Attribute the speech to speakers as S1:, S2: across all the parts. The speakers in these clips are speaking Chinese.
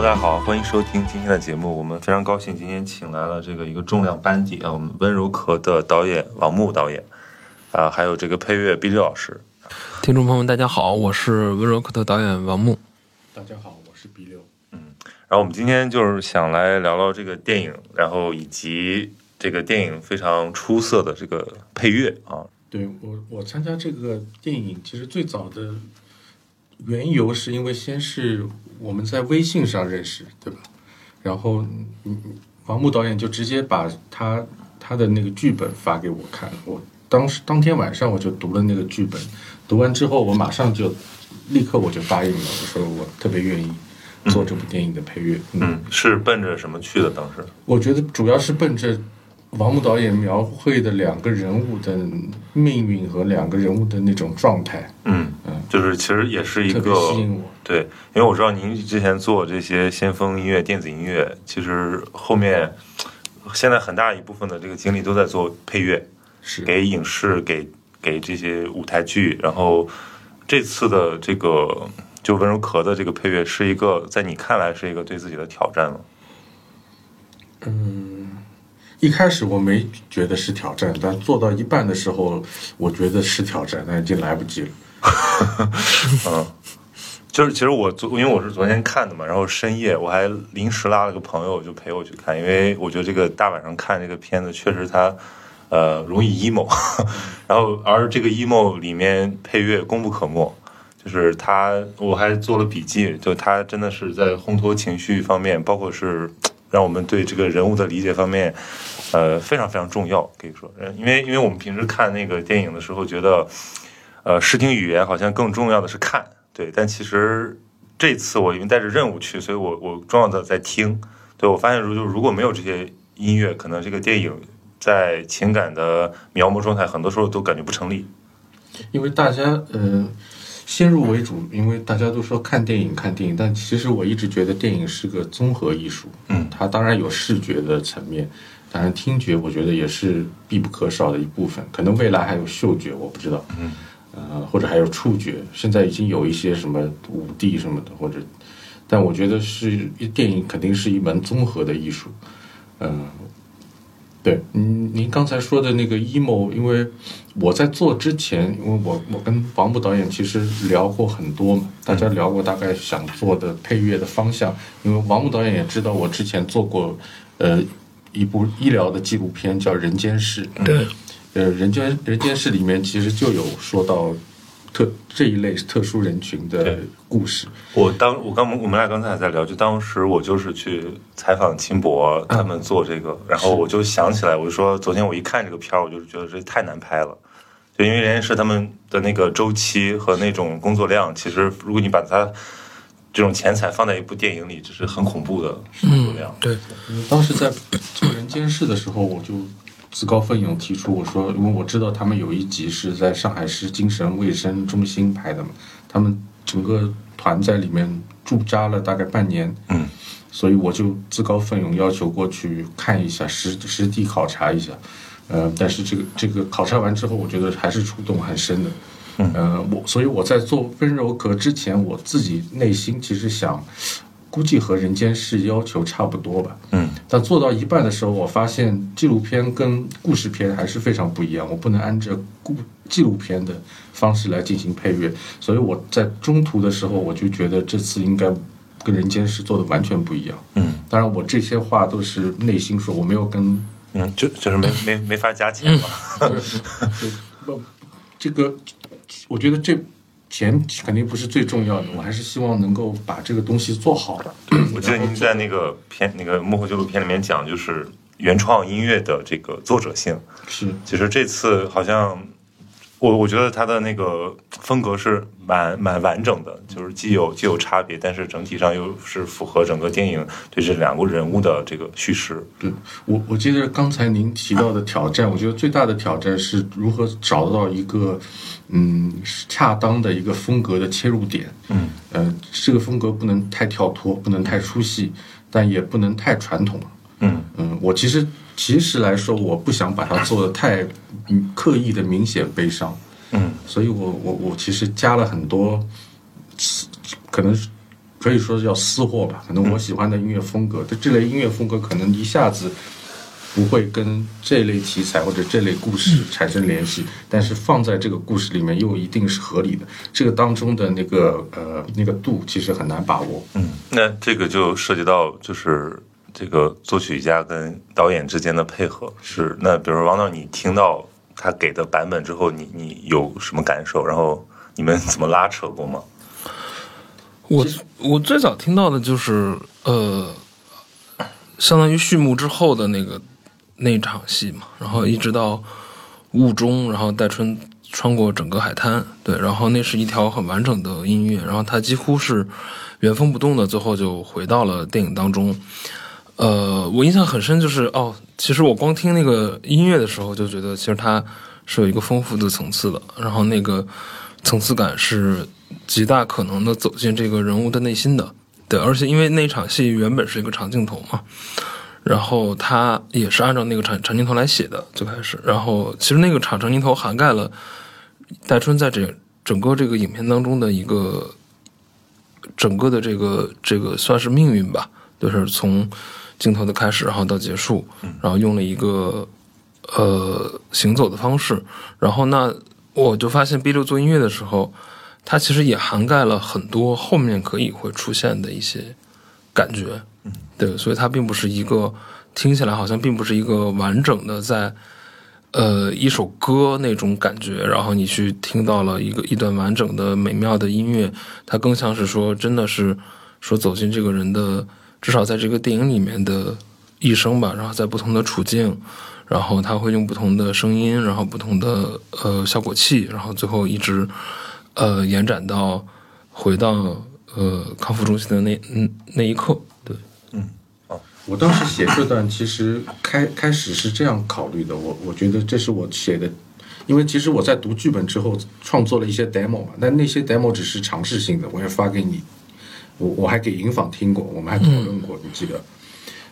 S1: 家好，欢迎收听今天的节目。我们非常高兴今天请来了这个一个重量班底啊，我们温柔壳的导演王牧导演啊，还有这个配乐毕丽老师。
S2: 听众朋友们，大家好，我是温柔克特导演王牧。
S3: 大家好，我是 B 六。
S1: 然后我们今天就是想来聊聊这个电影，然后以及这个电影非常出色的这个配乐啊。
S3: 对我，我参加这个电影，其实最早的缘由是因为先是我们在微信上认识，对吧？然后，嗯，王牧导演就直接把他他的那个剧本发给我看，我当时当天晚上我就读了那个剧本，读完之后我马上就立刻我就答应了，我说我特别愿意做这部电影的配乐。嗯
S1: 嗯，是奔着什么去的？当时
S3: 我觉得主要是奔着王牧导演描绘的两个人物的命运和两个人物的那种状态，
S1: 嗯
S3: 嗯，
S1: 就是其实也是一
S3: 特别
S1: 个
S3: 吸引我。
S1: 对，因为我知道您之前做这些先锋音乐、电子音乐，其实后面现在很大一部分的这个精力都在做配乐，
S3: 是
S1: 给影视、给给这些舞台剧。然后这次的这个就温柔壳的这个配乐，是一个在你看来是一个对自己的挑战吗？
S3: 一开始我没觉得是挑战，但做到一半的时候，我觉得是挑战，但已经来不及了。
S1: 就是其实我昨因为我是昨天看的嘛，然后深夜我还临时拉了个朋友就陪我去看，因为我觉得这个大晚上看这个片子确实它呃容易 emo，然 后而这个 emo 里面配乐功不可没，就是它我还做了笔记，就它真的是在烘托情绪方面，包括是让我们对这个人物的理解方面，呃非常非常重要，可以说，呃因为因为我们平时看那个电影的时候觉得。呃，视听语言好像更重要的是看，对，但其实这次我因为带着任务去，所以我我重要的在听，对我发现如就如果没有这些音乐，可能这个电影在情感的描摹状态，很多时候都感觉不成立。
S3: 因为大家呃先入为主，因为大家都说看电影看电影，但其实我一直觉得电影是个综合艺术，
S1: 嗯
S3: 它当然有视觉的层面，当然听觉我觉得也是必不可少的一部分，可能未来还有嗅觉，我不知道，
S1: 嗯，
S3: 呃，或者还有触觉，现在已经有一些什么五 D 什么的，或者，但我觉得是电影肯定是一门综合的艺术，嗯、对，您您刚才说的那个 emo，因为我在做之前，因为我我跟王牧导演其实聊过很多嘛，大家聊过大概想做的配乐的方向，因为王牧导演也知道我之前做过，呃，一部医疗的纪录片叫《人间世》，对，呃，《人间人间世》里面其实就有说到特这一类特殊人群的
S1: 对
S3: 故事，
S1: 我当我刚我们俩刚才还在聊，就当时我就是去采访秦博他们做这个，然后我就想起来，我就说昨天我一看这个片儿，我就觉得这太难拍了，就因为人家是他们的那个周期和那种工作量，其实如果你把它这种钱财放在一部电影里，这是很恐怖的工作量。
S2: 对，
S3: 当时在做人间世的时候，我就自告奋勇提出，我说，因为我知道他们有一集是在上海市精神卫生中心拍的嘛，他们整个团在里面驻扎了大概半年，
S1: 嗯，
S3: 所以我就自告奋勇要求过去看一下，实实地考察一下。呃，但是这个这个考察完之后，我觉得还是触动很深的。
S1: 嗯
S3: 呃，我所以我在做温柔壳之前，我自己内心其实想，估计和人间世要求差不多吧。
S1: 嗯
S3: 但做到一半的时候，我发现纪录片跟故事片还是非常不一样，我不能按照故纪录片的方式来进行配乐，所以我在中途的时候，我就觉得这次应该跟《人间世》做的完全不一样。
S1: 嗯
S3: 当然，我这些话都是内心说，我没有跟
S1: 嗯，就就是没没没法加钱嘛。
S3: 对不，这个我觉得这钱肯定不是最重要的，我还是希望能够把这个东西做好。
S1: 我记得您在那个片那个幕后纪录片里面讲，就是原创音乐的这个作者性。
S3: 是
S1: 其实这次好像我我觉得他的那个风格是蛮蛮完整的，就是既有既有差别，但是整体上又是符合整个电影对这两个人物的这个叙事。
S3: 对我，我记得刚才您提到的挑战，我觉得最大的挑战是如何找到一个嗯恰当的一个风格的切入点。
S1: 嗯，
S3: 呃，这个风格不能太跳脱，不能太出戏，但也不能太传统。
S1: 嗯
S3: 嗯，我其实其实来说，我不想把它做的太嗯刻意的明显悲伤。
S1: 嗯
S3: 所以我我我其实加了很多，可能是可以说是叫私货吧。可能我喜欢的音乐风格，这这类音乐风格可能一下子不会跟这类题材或者这类故事产生联系，但是放在这个故事里面又一定是合理的。这个当中的那个呃那个度其实很难把握。
S1: 嗯，那这个就涉及到就是这个作曲家跟导演之间的配合是。那比如说王导，你听到他给的版本之后，你你有什么感受？然后你们怎么拉扯过吗？
S2: 我我最早听到的就是呃，相当于序幕之后的那个那场戏嘛，然后一直到雾中，然后戴春穿过整个海滩，对，然后那是一条很完整的音乐，然后它几乎是原封不动的，最后就回到了电影当中。呃，我印象很深就是哦，其实我光听那个音乐的时候就觉得，其实它是有一个丰富的层次的，然后那个层次感是极大可能的走进这个人物的内心的。对，而且因为那场戏原本是一个长镜头嘛，然后它也是按照那个长长镜头来写的，最开始。然后其实那个长长镜头涵盖了戴春在这整个这个影片当中的一个整个的这个这个算是命运吧，就是从镜头的开始，然后到结束，然后用了一个呃行走的方式。然后那我就发现 B 六做音乐的时候，它其实也涵盖了很多后面可以会出现的一些感觉，对，所以它并不是一个听起来好像并不是一个完整的在呃一首歌那种感觉，然后你去听到了一个一段完整的美妙的音乐，它更像是说真的是说走进这个人的至少在这个电影里面的一生吧，然后在不同的处境，然后他会用不同的声音，然后不同的呃效果器，然后最后一直呃延展到回到呃康复中心的那嗯那一刻，对，
S3: 我当时写这段，其实开开始是这样考虑的，我我觉得这是我写的，因为其实我在读剧本之后创作了一些 demo 嘛，但那些 demo 只是尝试性的，我也发给你，我我还给银坊听过，我们还讨论过，你记得？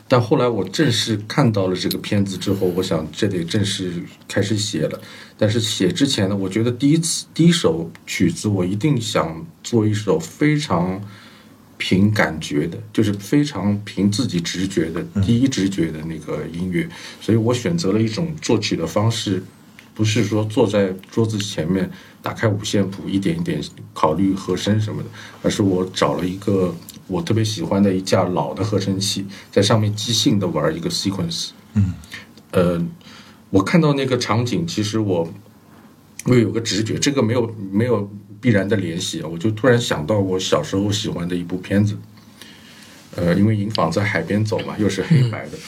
S3: 但后来我正式看到了这个片子之后，我想这得正式开始写了。但是写之前呢，我觉得第一次第一首曲子，我一定想做一首非常。凭感觉的，就是非常凭自己直觉的、第一直觉的那个音乐，所以我选择了一种作曲的方式，不是说坐在桌子前面打开五线谱一点一点考虑和声什么的，而是我找了一个我特别喜欢的一架老的合成器，在上面即兴的玩一个 sequence。嗯，呃，我看到那个场景，其实我我有个直觉，这个没有没有必然的联系，我就突然想到我小时候喜欢的一部片子，呃，因为银坊在海边走嘛，又是黑白的，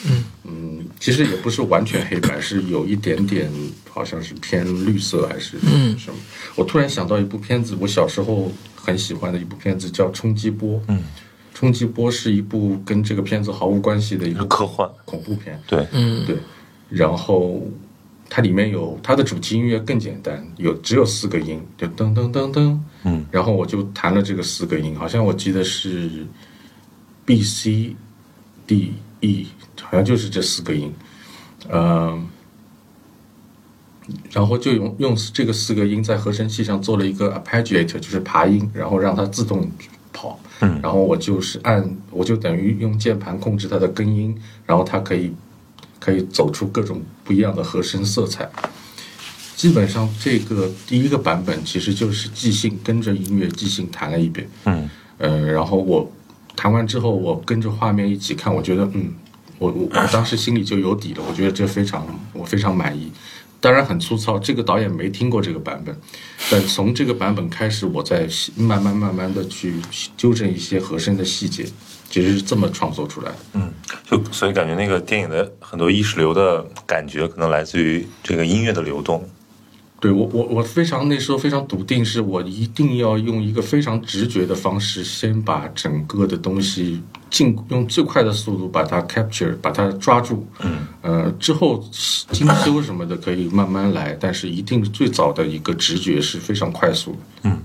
S3: 嗯其实也不是完全黑白，是有一点点好像是偏绿色还是什么。我突然想到一部片子，我小时候很喜欢的一部片子叫《冲击波》，嗯，《冲击波》是一部跟这个片子毫无关系的一
S1: 就
S3: 个
S1: 科幻，
S3: 恐怖片，
S1: 对，
S3: 对，然后它里面有它的主题音乐更简单，有只有四个音，就噔噔噔噔，
S1: 嗯，
S3: 然后我就弹了这个四个音，好像我记得是 B C D E，好像就是这四个音，呃，然后就用用这个四个音在合成器上做了一个 arpeggiator，就是爬音，然后让它自动跑。
S1: 嗯
S3: 然后我就是按，我就等于用键盘控制它的根音，然后它可以可以走出各种不一样的和声色彩。基本上这个第一个版本其实就是即兴跟着音乐即兴弹了一遍，
S1: 嗯
S3: 呃，然后我弹完之后，我跟着画面一起看，我觉得嗯，我我我当时心里就有底了，我觉得这非常我非常满意。当然很粗糙，这个导演没听过这个版本，但从这个版本开始，我在细慢慢慢慢的去纠正一些和声的细节，其实是这么创作出来的。
S1: 嗯，就所以感觉那个电影的很多意识流的感觉，可能来自于这个音乐的流动。
S3: 对我，我我非常那时候非常笃定，是我一定要用一个非常直觉的方式，先把整个的东西尽用最快的速度把它 capture，把它抓住。嗯，呃，之后精修什么的可以慢慢来，但是一定最早的一个直觉是非常快速的。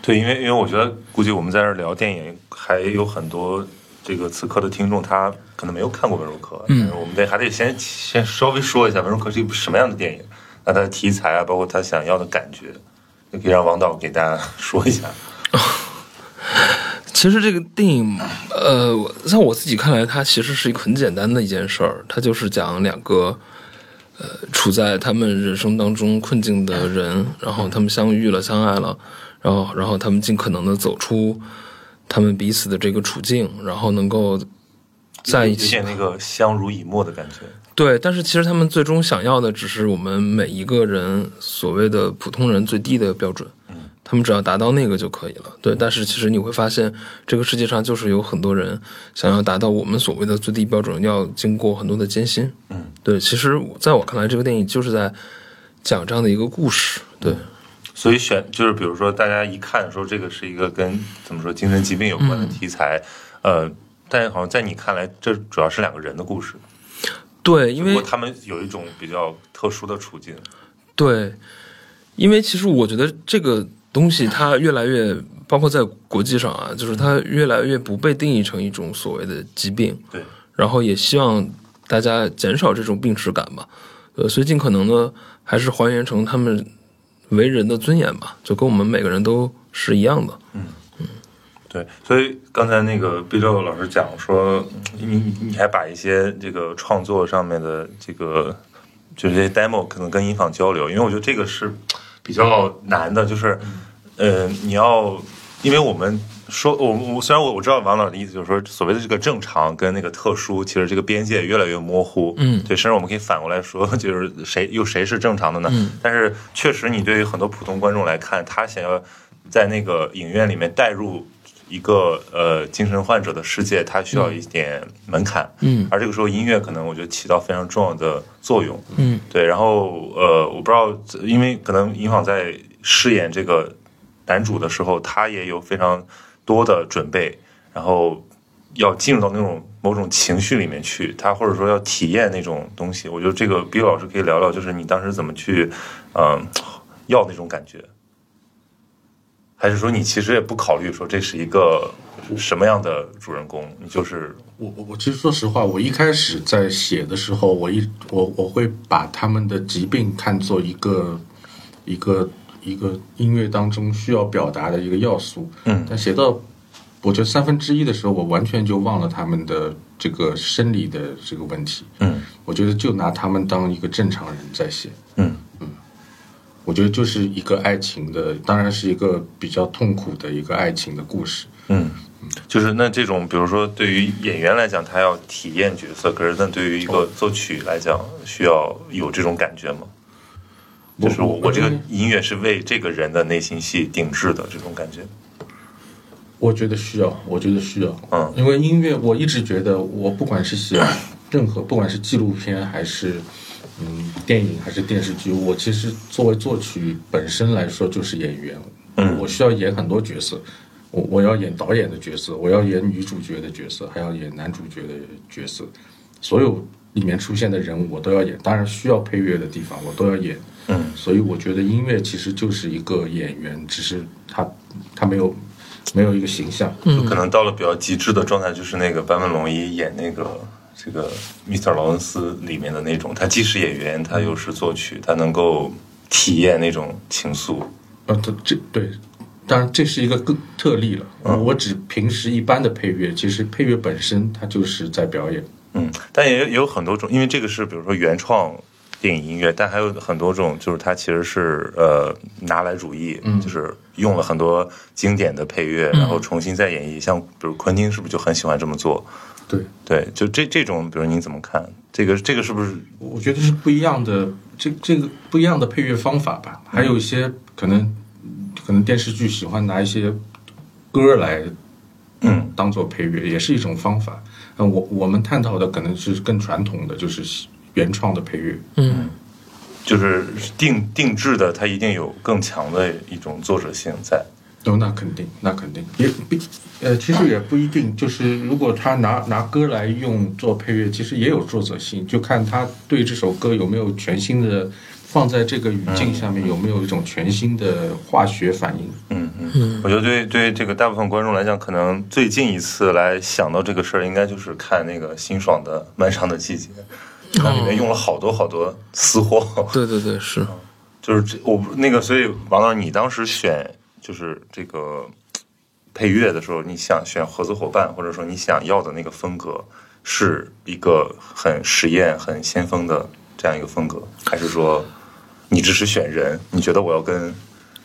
S1: 对，因为因为我觉得，估计我们在这儿聊电影，还有很多这个此刻的听众，他可能没有看过《温柔科》，嗯，我们得还得先先稍微说一下《温柔科》是一部什么样的电影，那它的题材啊，包括他想 要的感觉，也可以让王导给大家说一下。
S2: 其其实这个电影，呃，我在我自己看来，它其实是一个很简单的一件事儿，它就是讲两个呃处在他们人生当中困境的人，然后他们相遇了、相爱了，然后然后他们尽可能的走出他们彼此的这个处境，然后能够在一
S1: 有
S2: 起
S1: 点。那个相濡以沫的感觉。
S2: 对，但是其实他们最终想要的只是我们每一个人所谓的普通人最低的标准，他们只要达到那个就可以了。对，但是其实你会发现，这个世界上就是有很多人想要达到我们所谓的最低标准，要经过很多的艰辛。
S1: 嗯，
S2: 对，其实在我看来，这个电影就是在讲这样的一个故事。对，
S1: 所以选就是比如说大家一看说这个是一个跟怎么说精神疾病有关
S2: 嗯
S1: 的题材，呃，但好像在你看来，这主要是两个人的故事，
S2: 对，因
S1: 不
S2: 为
S1: 过他们有一种比较特殊的处境。
S2: 对，因为其实我觉得这个东西它越来越，包括在国际上啊，就是它越来越不被定义成一种所谓的疾病，
S1: 对，
S2: 然后也希望大家减少这种病耻感吧，呃，所以尽可能的还是还原成他们为人的尊严吧，就跟我们每个人都是一样的。
S1: 对，所以刚才那个毕六老师讲说，你你你还把一些这个创作上面的这个就是这些 demo 可能跟音坊交流，因为我觉得这个是比较难的，就是呃，你要因为我们说，我我虽然我我知道王老师的意思，就是说所谓的这个正常跟那个特殊，其实这个边界越来越模糊。
S2: 嗯
S1: 对，甚至我们可以反过来说， 就是谁又谁是正常的呢？
S2: 嗯
S1: 但是确实，你对于很多普通观众来看，他想要在那个影院里面带入。一个呃精神患者的世界，他需要一点门槛，
S2: 嗯
S1: 而这个时候音乐可能我觉得起到非常重要的作用，
S2: 嗯
S1: 对，然后呃，我不知道，因为可能尹昉在饰演这个男主的时候，他也有非常多的准备，然后要进入到那种某种情绪里面去，他或者说要体验那种东西。我觉得这个 B 老师可以聊聊，就是你当时怎么去，嗯、要那种感觉，还是说你其实也不考虑说这是一个什么样的主人公，你就是
S3: 我我我其实说实话，我一开始在写的时候，我一我我会把他们的疾病看作一个一个一个音乐当中需要表达的一个要素。
S1: 嗯
S3: 但写到我觉得三分之一的时候，我完全就忘了他们的这个生理的这个问题。
S1: 嗯
S3: 我觉得就拿他们当一个正常人在写。
S1: 嗯
S3: 我觉得就是一个爱情的，当然是一个比较痛苦的一个爱情的故事。
S1: 嗯，就是那这种，比如说对于演员来讲，他要体验角色，可是那对于一个作曲来讲，需要有这种感觉吗？就是我我这个音乐是为这个人的内心戏定制的这种感觉。
S3: 我觉得需要，我觉得需要，
S1: 嗯
S3: 因为音乐，我一直觉得，我不管是写任何，不管是纪录片还是嗯电影还是电视剧，我其实作为作曲本身来说就是演员，
S1: 嗯
S3: 我需要演很多角色，我我要演导演的角色，我要演女主角的角色，还要演男主角的角色，所有里面出现的人物我都要演，当然需要配乐的地方我都要演，
S1: 嗯
S3: 所以我觉得音乐其实就是一个演员，只是他他没有没有一个形象。
S1: 就可能到了比较极致的状态，就是那个坂本龙一演那个这个 Mr. 劳伦斯里面的那种，他既是演员，他又是作曲，他能够体验那种情愫。
S3: 呃，这这对，当然这是一个个特例了。我指平时一般的配乐，其实配乐本身它就是在表演。
S1: 嗯，但也有也有很多种，因为这个是比如说原创电影音乐，但还有很多种，就是它其实是呃拿来主义，就是用了很多经典的配乐，然后重新再演绎。像比如昆汀是不是就很喜欢这么做？
S3: 对，
S1: 对，就这这种，比如您怎么看？这个这个是不是
S3: 我觉得是不一样的，这这个不一样的配乐方法吧。还有一些可能可能电视剧喜欢拿一些歌来
S1: 嗯
S3: 当做配乐，也是一种方法。嗯，我我们探讨的可能是更传统的，就是原创的配乐。
S2: 嗯，
S1: 就是定定制的，它一定有更强的一种作者性在。
S3: 哦，那肯定，那肯定也不呃，其实也不一定。就是如果他拿拿歌来用做配乐，其实也有作者性，就看他对这首歌有没有全新的放在这个语境下
S2: 嗯
S3: 面有没有一种全新的化学反应。
S1: 嗯嗯，我觉得对对这个大部分观众来讲，可能最近一次来想到这个事儿，应该就是看那个辛爽的《漫长的季节》，那里面用了好多好多私货，
S2: 对对对，是。
S1: 就是这我不那个，所以王导，你当时选就是这个配乐的时候，你想选合作伙伴，或者说你想要的那个风格，是一个很实验、很先锋的这样一个风格，还是说你只是选人？你觉得我要跟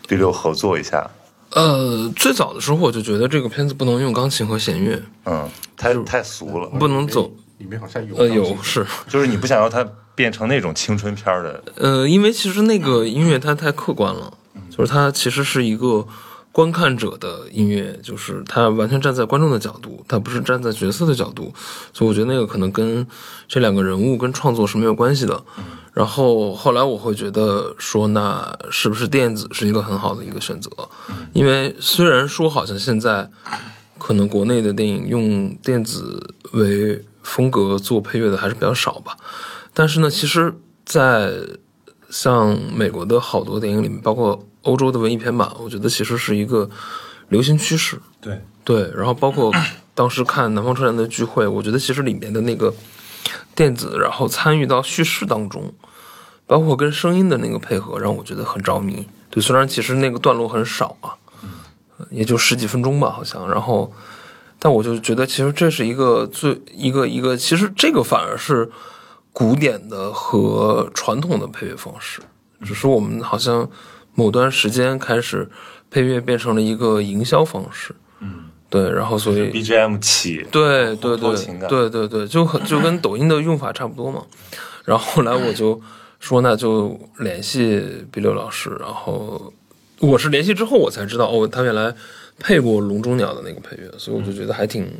S1: 第六合作一下？
S2: 呃，最早的时候我就觉得这个片子不能用钢琴和弦乐，
S1: 嗯，太太俗了，
S2: 不能走。
S3: 里面好像有
S2: 呃，
S3: 钢琴
S2: 有是
S1: 就是你不想要它变成那种青春片儿的，
S2: 呃，因为其实那个音乐它太客观了，就是它其实是一个观看者的音乐，就是它完全站在观众的角度，它不是站在角色的角度，所以我觉得那个可能跟这两个人物跟创作是没有关系的。然后后来我会觉得说，那是不是电子是一个很好的一个选择？因为虽然说好像现在可能国内的电影用电子为风格做配乐的还是比较少吧，但是呢，其实，在像美国的好多电影里面，包括欧洲的文艺片吧，我觉得其实是一个流行趋势。
S1: 对，
S2: 对，然后包括当时看《南方车站的聚会》，我觉得其实里面的那个电子，然后参与到叙事当中，包括跟声音的那个配合，让我觉得很着迷。对，虽然其实那个段落很少啊，也就十几分钟吧，好像。然后，但我就觉得其实这是一个最一个一个，其实这个反而是古典的和传统的配乐方式，只是我们好像某段时间开始配乐变成了一个营销方式。
S1: 嗯，
S2: 对，然后所以
S1: BGM 起，
S2: 对对
S1: 烘托
S2: 对
S1: 情感
S2: 对对对，就很就跟抖音的用法差不多嘛。然后后来我就说，那就联系毕六老师。然后我是联系之后，我才知道哦，他原来配过《笼中鸟》的那个配乐，所以我就觉得还挺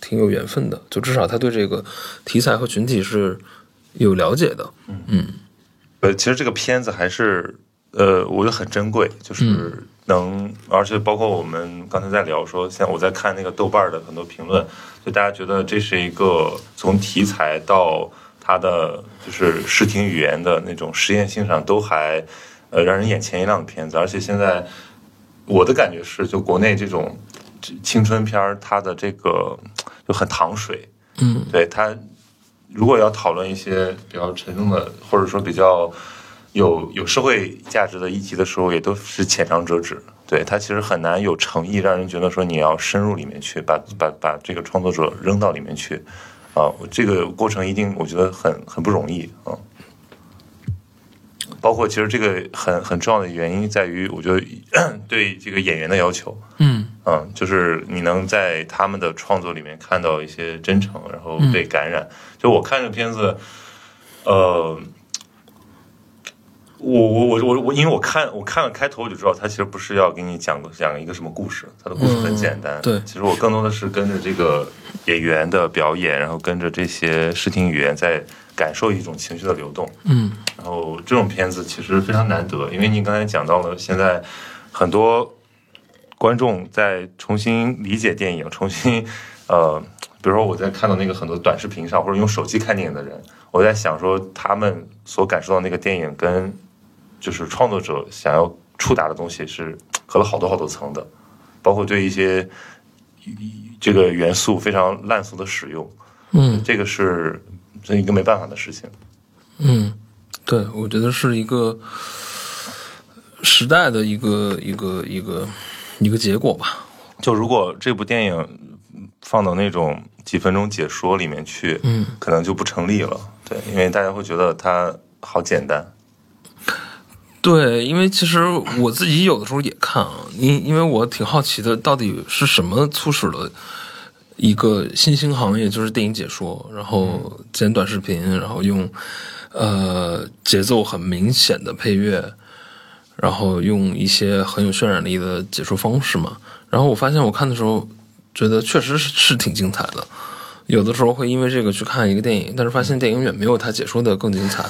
S2: 挺有缘分的。就至少他对这个题材和群体是有了解的。
S1: 呃，其实这个片子还是呃，我觉得很珍贵，就是能，而且包括我们刚才在聊说，像我在看那个豆瓣儿的很多评论，就大家觉得这是一个从题材到它的就是视听语言的那种实验性上都还呃让人眼前一亮的片子，而且现在我的感觉是，就国内这种青春片儿，它的这个就很糖水，
S2: 嗯，
S1: 对它如果要讨论一些比较沉重的，或者说比较有有社会价值的议题的时候，也都是浅尝辄止。对它其实很难有诚意，让人觉得说你要深入里面去，把把把这个创作者扔到里面去啊，这个过程一定我觉得很很不容易啊。包括其实这个很很重要的原因在于，我觉得 对这个演员的要求，
S2: 嗯
S1: 嗯，就是你能在他们的创作里面看到一些真诚，然后
S2: 嗯
S1: 被感染。就我看这片子，呃，我我我我我，因为我看我看了开头，我就知道他其实不是要给你讲个讲一个什么故事，他的故事很简单。
S2: 嗯对
S1: 其实我更多的是跟着这个演员的表演，然后跟着这些视听语言在感受一种情绪的流动。
S2: 嗯
S1: 然后这种片子其实非常难得，因为您刚才讲到了，现在很多观众在重新理解电影，重新呃，比如说我在看到那个很多短视频上，或者用手机看电影的人，我在想说他们所感受到那个电影跟就是创作者想要触达的东西是隔了好多好多层的，包括对一些这个元素非常烂俗的使用，
S2: 嗯
S1: 这个是这一个没办法的事情。
S2: 嗯，对，我觉得是一个时代的一个一个一个一个结果吧。
S1: 就如果这部电影嗯放到那种几分钟解说里面去，
S2: 嗯。
S1: 可能就不成立了。对，因为大家会觉得它好简单。
S2: 对，因为其实我自己有的时候也看啊，因因为我挺好奇的，到底是什么促使了一个新兴行业，就是电影解说，然后剪短视频，然后用呃节奏很明显的配乐，然后用一些很有渲染力的解说方式嘛。然后我发现我看的时候，觉得确实是是挺精彩的。有的时候会因为这个去看一个电影，但是发现电影远没有他解说的更精彩。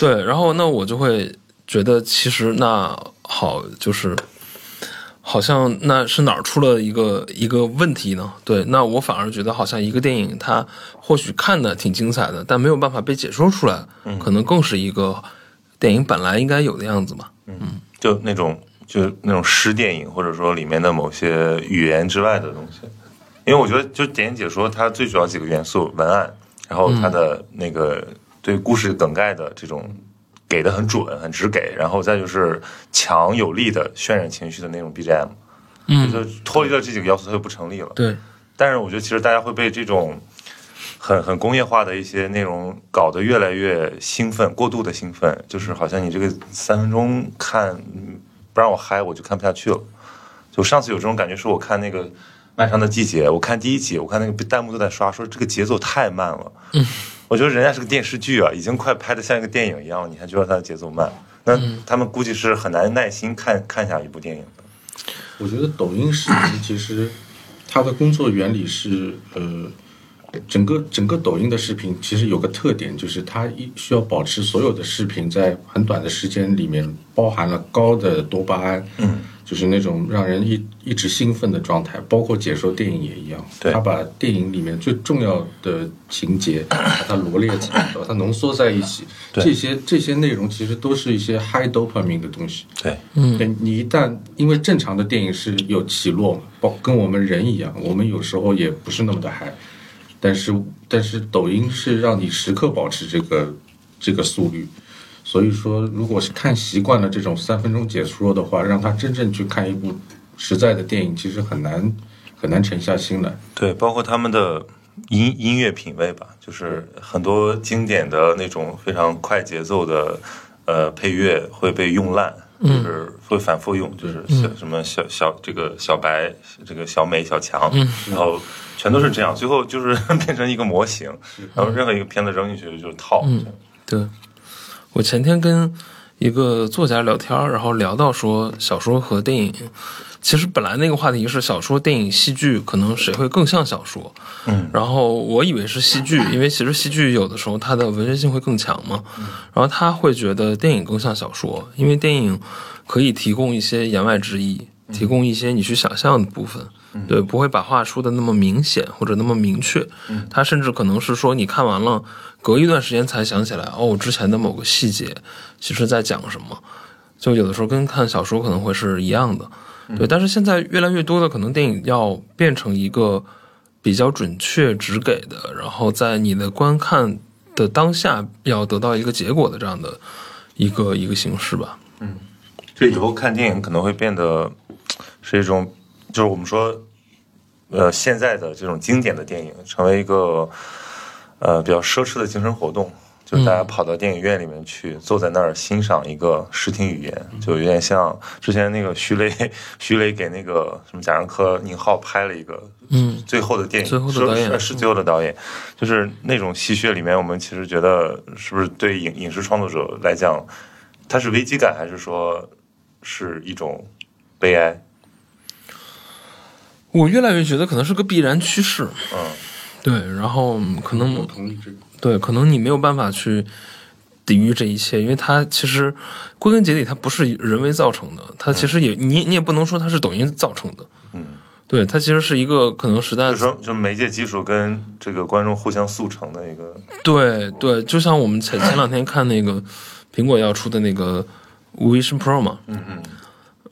S2: 对，然后那我就会觉得，其实那好，就是好像那是哪儿出了一个一个问题呢？对，那我反而觉得好像一个电影它或许看的挺精彩的，但没有办法被解说出来，可能更是一个电影本来应该有的样子吧。
S1: 就那种就那种诗电影，或者说里面的某些语言之外的东西。因为我觉得，就电影解说它最主要几个元素，文案，然后它的那个对故事梗概的这种给的很准、很直给，然后再就是强有力的渲染情绪的那种 BGM。
S2: 嗯
S1: 就脱离了这几个要素，它就不成立了。
S2: 对，
S1: 但是我觉得其实大家会被这种很很工业化的一些内容搞得越来越兴奋，过度的兴奋，就是好像你这个三分钟看嗯不让我嗨，我就看不下去了。就上次有这种感觉，是我看那个《漫长的季节》，我看第一集，我看那个弹幕都在刷，说这个节奏太慢了。
S2: 嗯，
S1: 我觉得人家是个电视剧啊，已经快拍的像一个电影一样了，你还觉得它的节奏慢？那他们估计是很难耐心看看下一部电影的。
S3: 我觉得抖音视频其实它的工作原理是呃，整个整个抖音的视频其实有个特点，就是它一需要保持所有的视频在很短的时间里面包含了高的多巴胺，
S1: 嗯，
S3: 就是那种让人一一直兴奋的状态，包括解说电影也一样，
S1: 对
S3: 它把电影里面最重要的情节把它罗列起来，把它浓缩在一起，
S1: 对
S3: 这些这些内容其实都是一些 high dopamine 的东西，
S1: 对，
S3: 对你一旦因为正常的电影是有起落嘛，包跟我们人一样，我们有时候也不是那么的嗨，但是但是抖音是让你时刻保持这个这个速率，所以说如果是看习惯了这种三分钟解说的话，让他真正去看一部实在的电影，其实很难很难沉下心来。
S1: 对，包括他们的音音乐品味吧，就是很多经典的那种非常快节奏的呃配乐会被用烂，就是会反复用，就是小什么小小这个小白这个小美小强，然后全都是这样，最后就是 变成一个模型，然后任何一个片子扔进去就是套。这样
S2: 对，我前天跟一个作家聊天儿，然后聊到说小说和电影，其实本来那个话题是小说、电影、戏剧，可能谁会更像小说？
S1: 嗯，
S2: 然后我以为是戏剧，因为其实戏剧有的时候它的文学性会更强嘛，然后他会觉得电影更像小说，因为电影可以提供一些言外之意，提供一些你去想象的部分。对，不会把话说的那么明显或者那么明确，他甚至可能是说你看完了，隔一段时间才想起来，哦，我之前的某个细节其实在讲什么，就有的时候跟看小说可能会是一样的，对。但是现在越来越多的可能电影要变成一个比较准确只给的，然后在你的观看的当下要得到一个结果的这样的一个一个形式吧。
S1: 这以后看电影可能会变得是一种，就是我们说，呃，现在的这种经典的电影成为一个呃比较奢侈的精神活动，就是大家跑到电影院里面去，坐在那儿欣赏一个视听语言，就有点像之前那个徐雷， 徐雷给那个什么贾樟柯、宁浩拍了一个
S2: 嗯
S1: 最后的电影，呃
S2: 最后的导演嗯
S1: 是是最后的导演，就是那种戏谑里面，我们其实觉得是不是对影影视创作者来讲，它是危机感，还是说是一种悲哀？
S2: 我越来越觉得可能是个必然趋势，
S1: 嗯，
S2: 对。然后嗯可能
S3: 我同意这个。
S2: 对，可能你没有办法去抵御这一切，因为它其实归根结底它不是人为造成的，它其实也、你你也不能说它是抖音造成的，
S1: 嗯，
S2: 对，它其实是一个可能时代
S1: 就说就媒介技术跟这个观众互相速成的一个，
S2: 对对，就像我们前前两天看那个苹果要出的那个 Vision Pro 嘛，
S1: 嗯嗯，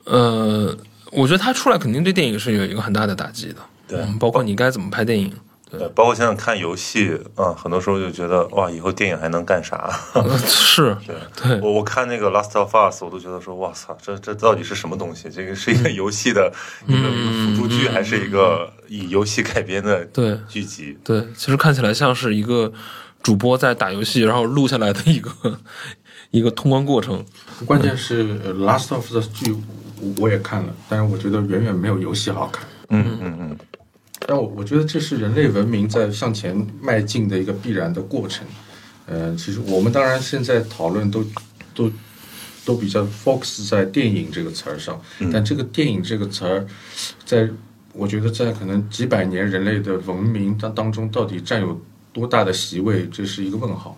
S2: 呃，我觉得它出来肯定对电影是有一个很大的打击的，
S1: 对
S2: 嗯包括你该怎么拍 电影，
S1: 对，呃包括现在看游戏，嗯，很多时候就觉得哇，以后电影还能干啥？
S2: 呃是，对
S1: 我我看那个《Last of Us》，我都觉得说，哇操，这这到底是什么东西？这个是一个
S2: 嗯
S1: 游戏的一个辅助剧，还是一个以游戏改编的
S2: 对
S1: 剧集？
S2: 对，其实看起来像是一个主播在打游戏，然后录下来的一个一个通关过程。
S3: 关键是呃《Last of Us》剧我我也看了，但是我觉得远远没有游戏好看。
S1: 嗯嗯嗯，
S3: 但我我觉得这是人类文明在向前迈进的一个必然的过程。呃，其实我们当然现在讨论都都都比较 focus 在电影这个词儿上，但这个电影这个词儿，在我觉得在可能几百年人类的文明当当中，到底占有多大的席位，这是一个问号。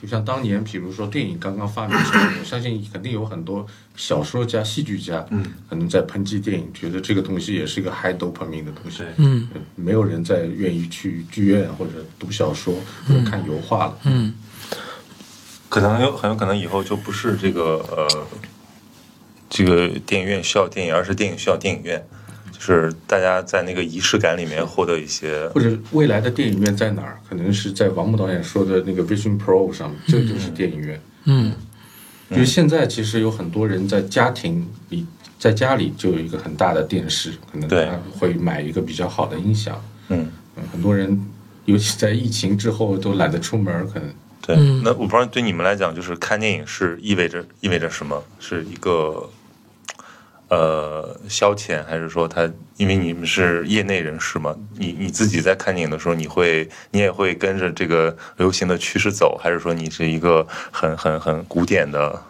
S3: 就像当年，比如说电影刚刚发明出来，我相信肯定有很多小说家、戏剧家，嗯，可能在抨击电影，觉得这个东西也是一个 high dopamine 的东西，嗯，没有人再愿意去剧院或者读小说、或者看油画了，嗯，
S1: 可能有很有可能以后就不是这个呃，这个电影院需要电影，而是电影需要电影院，就是大家在那个仪式感里面获得一些
S3: 或者未来的电影院在哪儿？可能是在王牧导演说的那个 Vision Pro 上面，这就是电影院。
S2: 嗯，
S3: 因为现在其实有很多人在家庭里，在家里就有一个很大的电视，可能
S1: 对
S3: 他会买一个比较好的音响。
S1: 嗯，
S3: 嗯很多人尤其在疫情之后都懒得出门儿，可能
S1: 对。那我不知道对你们来讲，就是看电影是意味着意味着什么？是一个呃消遣，还是说他因为你们是业内人士嘛？你你自己在看电影的时候，你会你也会跟着这个流行的趋势走，还是说你是一个很很很古典的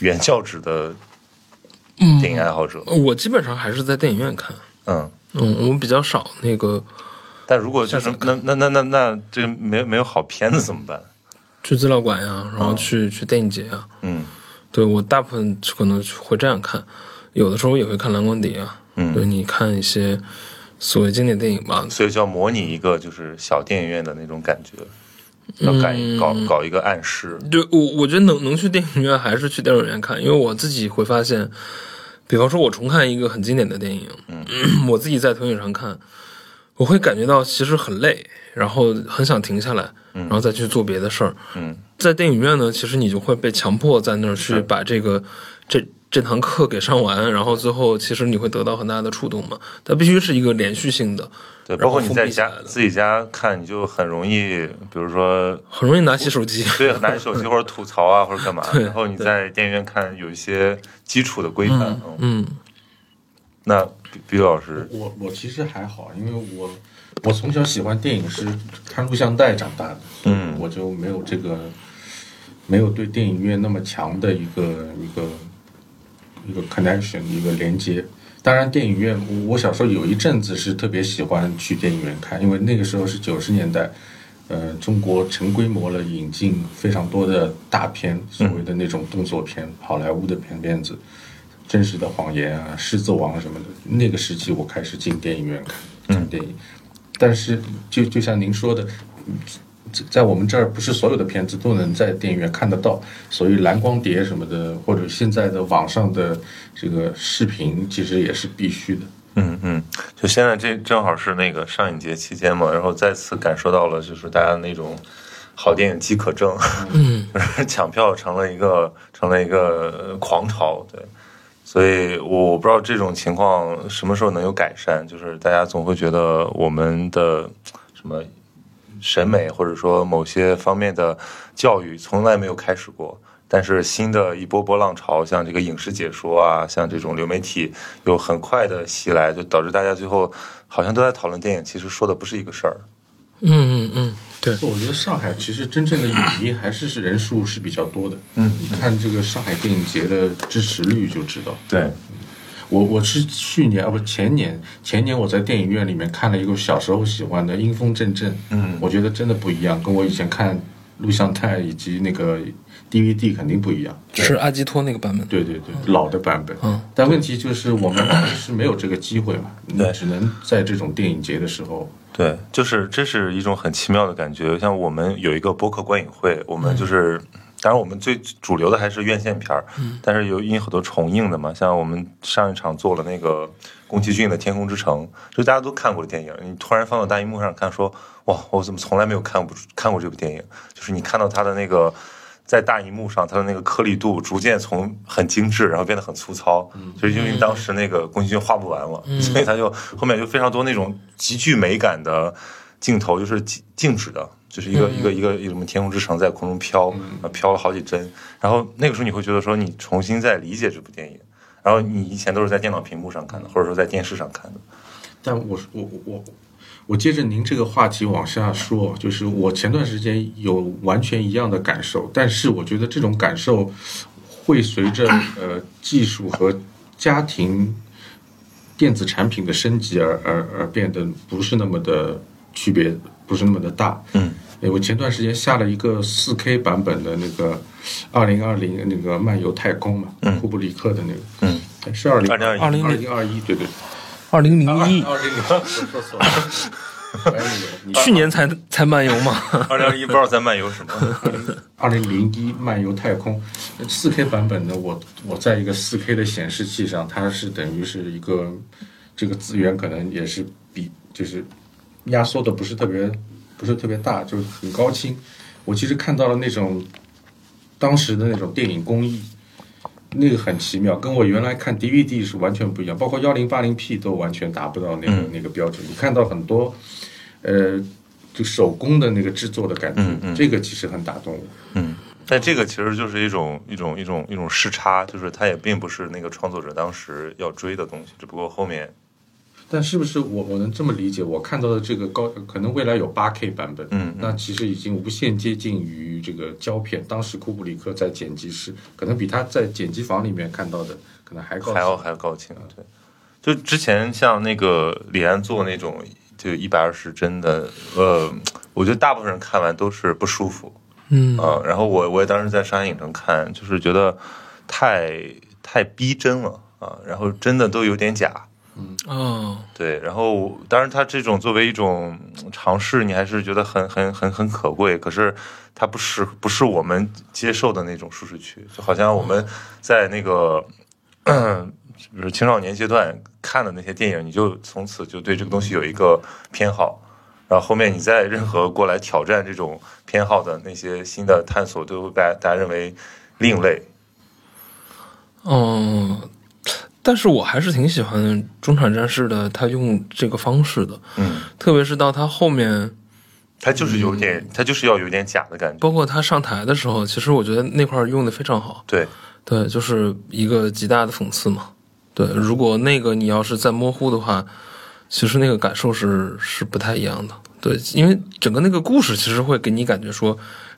S1: 原教旨的电影爱好者？
S2: 我基本上还是在电影院看，
S1: 嗯。
S2: 嗯，我比较少那个
S1: 但如果就是那那那那那这个没有没有好片子怎么办？
S2: 去资料馆呀、然后去、去电影节啊，
S1: 哦嗯
S2: 对我大部分可能会这样看，有的时候也会看蓝光碟啊，对
S1: 嗯，
S2: 你看一些所谓经典电影吧，
S1: 所以就要模拟一个就是小电影院的那种感觉，要搞
S2: 嗯
S1: 一搞搞一个暗示。
S2: 对我，我觉得能能去电影院还是去电影院看，因为我自己会发现，比方说我重看一个很经典的电影，嗯，我自己在投影上看，我会感觉到其实很累，然后很想停下来，
S3: 嗯
S2: 然后再去做别的事儿。
S1: 嗯，
S2: 在电影院呢，其实你就会被强迫在那儿去
S3: 嗯
S2: 把这个这这堂课给上完，然后最后其实你会得到很大的触动嘛。它必须是一个连续性的，
S1: 对，
S2: 然
S1: 包
S2: 后
S1: 括你在
S2: 封闭起
S1: 家
S2: 来的
S1: 自己家看，你就很容易，比如说
S2: 很容易拿起手机。
S1: 对拿起手机或者吐槽啊或者干嘛，
S2: 对
S1: 然后你在电影院看有一些基础的规范。嗯
S2: 嗯，
S1: 那比比老师，
S3: 我我其实还好，因为我我从小喜欢电影是看录像带长大的，
S1: 嗯
S3: 我就没有这个没有对电影院那么强的一个一个一个 connection 一个连接。当然，电影院我我小时候有一阵子是特别喜欢去电影院看，因为那个时候是九十年代，呃，中国成规模了引进非常多的大片，所谓的那种动作片、好莱坞的片片子，《真实的谎言》啊，《狮子王》什么的。那个时期我开始进电影院看看电影，但是就就像您说的，在我们这儿不是所有的片子都能在电影院看得到，所以蓝光碟什么的，或者现在的网上的这个视频，其实也是必须的。
S1: 嗯嗯，就现在这正好是那个上影节期间嘛，然后再次感受到了就是大家那种好电影饥渴症，嗯，就是抢票成了一个成了一个呃狂潮，对，所以我不知道这种情况什么时候能有改善，就是大家总会觉得我们的什么审美或者说某些方面的教育从来没有开始过。但是新的一波波浪潮，像这个影视解说啊，像这种流媒体，又很快的袭来，就导致大家最后好像都在讨论电影，其实说的不是一个事儿。
S2: 嗯嗯嗯，对，
S3: 我觉得上海其实真正的影迷还是是人数是比较多的。
S1: 嗯，
S3: 你看这个上海电影节的支持率就知道。
S1: 对，
S3: 我我是去年啊不前年前年我在电影院里面看了一个小时候喜欢的《阴风阵阵》，
S1: 嗯
S3: 我觉得真的不一样，跟我以前看录像带以及那个 DVD 肯定不一样。
S2: 是阿基托那个版本。
S3: 对对对，老的版本。
S2: 嗯，
S3: 但问题就是我们是没有这个机会嘛，你
S1: 对
S3: 只能在这种电影节的时候。
S1: 对，就是这是一种很奇妙的感觉。像我们有一个播客观影会，我们就是，当然我们最主流的还是院线片儿，但是有因为很多重映的嘛，像我们上一场做了那个宫崎骏的《天空之城》，就大家都看过的电影，你突然放到大荧幕上看说，哇，我怎么从来没有看过看过这部电影？就是你看到它的那个。在大荧幕上，它的那个颗粒度逐渐从很精致，然后变得很粗糙，就是因为当时那个宫崎骏画不完了，所以他就后面就非常多那种极具美感的镜头，就是静静止的，就是一个、一个一个一个什么天空之城在空中飘，啊飘了好几帧，然后那个时候你会觉得说你重新再理解这部电影，然后你以前都是在电脑屏幕上看的，或者说在电视上看的，
S3: 但我我我我我接着您这个话题往下说，就是我前段时间有完全一样的感受，但是我觉得这种感受会随着呃技术和家庭电子产品的升级而而而变得不是那么的区别，不是那么的大。
S1: 嗯
S3: 哎，我前段时间下了一个四 K 版本的那个二零二零那个漫游太空嘛，
S1: 嗯
S3: 库布里克的那个，
S1: 嗯，
S3: 是二零
S1: 二零二一
S3: 二
S2: 2020
S3: 零二一，对对，
S2: 二零 零一，
S3: 二零零，我说错了，哎呦
S2: 去年才才漫游嘛。
S1: 二零二一不知道在漫游什么，
S3: 二零零一漫游太空四 K 版本呢，我我在一个四 K 的显示器上，它是等于是一个这个资源可能也是比就是压缩的不是特别不是特别大，就是很高清。我其实看到了那种当时的那种电影工艺，那个很奇妙，跟我原来看 DVD 是完全不一样，包括幺零八零 P 都完全达不到那个、
S1: 嗯
S3: 那个标准。你看到很多，呃，就手工的那个制作的感觉，
S1: 嗯嗯
S3: 这个其实很打动我。
S1: 嗯，但这个其实就是一种一种一种一种时差，就是它也并不是那个创作者当时要追的东西，只不过后面，
S3: 但是不是我我能这么理解？我看到的这个高，可能未来有八 K 版本，
S1: 嗯
S3: 那其实已经无限接近于这个胶片。当时库布里克在剪辑室，可能比他在剪辑房里面看到的可能还高级。哦
S1: 还要还要高清，对。就之前像那个李安做那种就一百二十帧的，呃，我觉得大部分人看完都是不舒服，
S2: 嗯
S1: 啊，然后我我也当时在上海影城看，就是觉得太太逼真了啊，然后真的都有点假，
S2: 哦，
S1: 对，然后当然，它这种作为一种嗯尝试，你还是觉得很很很很可贵。可是它不是不是我们接受的那种舒适区，就好像我们在那个， 咳比如青少年阶段看的那些电影，你就从此就对这个东西有一个偏好，然后后面你在任何过来挑战这种偏好的那些新的探索，都会被大家认为另类。
S2: 嗯，但是我还是挺喜欢中产战士的，他用这个方式的，
S1: 嗯，
S2: 特别是到他后面，
S1: 它就是有点，它就是要有点假的感觉。
S2: 包括他上台的时候，其实我觉得那块儿用的非常好。
S1: 对，
S2: 对，就是一个极大的讽刺嘛。对，如果那个你要是再模糊的话，其实那个感受是是不太一样的。对，因为整个那个故事其实会给你感觉说，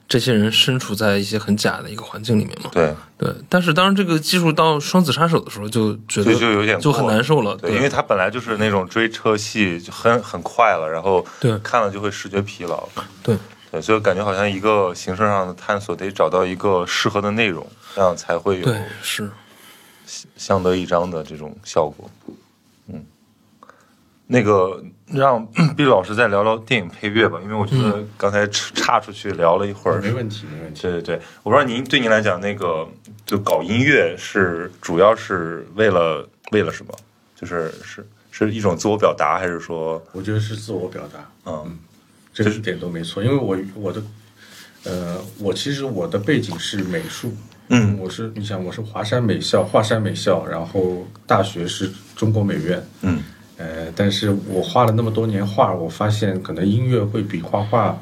S2: 这些人身处在一些很假的一个环境里面嘛。
S1: 对。
S2: 对，但是当然这个技术到双子杀手的时候就觉
S1: 所
S2: 得
S1: 以就有点
S2: 就很
S1: 过了
S2: 难受了。
S1: 对，因为他本来就是那种追车戏，就很很快了，然后
S2: 对
S1: 看了就会视觉疲劳。
S2: 对
S1: 对，所以感觉好像一个形式上的探索得找到一个适合的内容，这样才会有
S2: 对是，
S1: 相得益彰的这种效果。嗯，那个让 毕老师再聊聊电影配乐吧，因为我觉得
S2: 嗯
S1: 刚才岔岔出去聊了一会儿，
S3: 没问题，没问题。
S1: 对对对，我不知道您对您来讲，那个就搞音乐是主要是为了为了什么？就是是是一种自我表达，还是说
S3: 我觉得是自我表达，
S1: 嗯
S3: 这一点都没错。因为我我的呃，我其实我的背景是美术，
S1: 嗯
S3: 我是你想我是华山美校，华山美校，然后大学是中国美院，
S1: 嗯
S3: 呃，但是我画了那么多年画，我发现可能音乐会比画画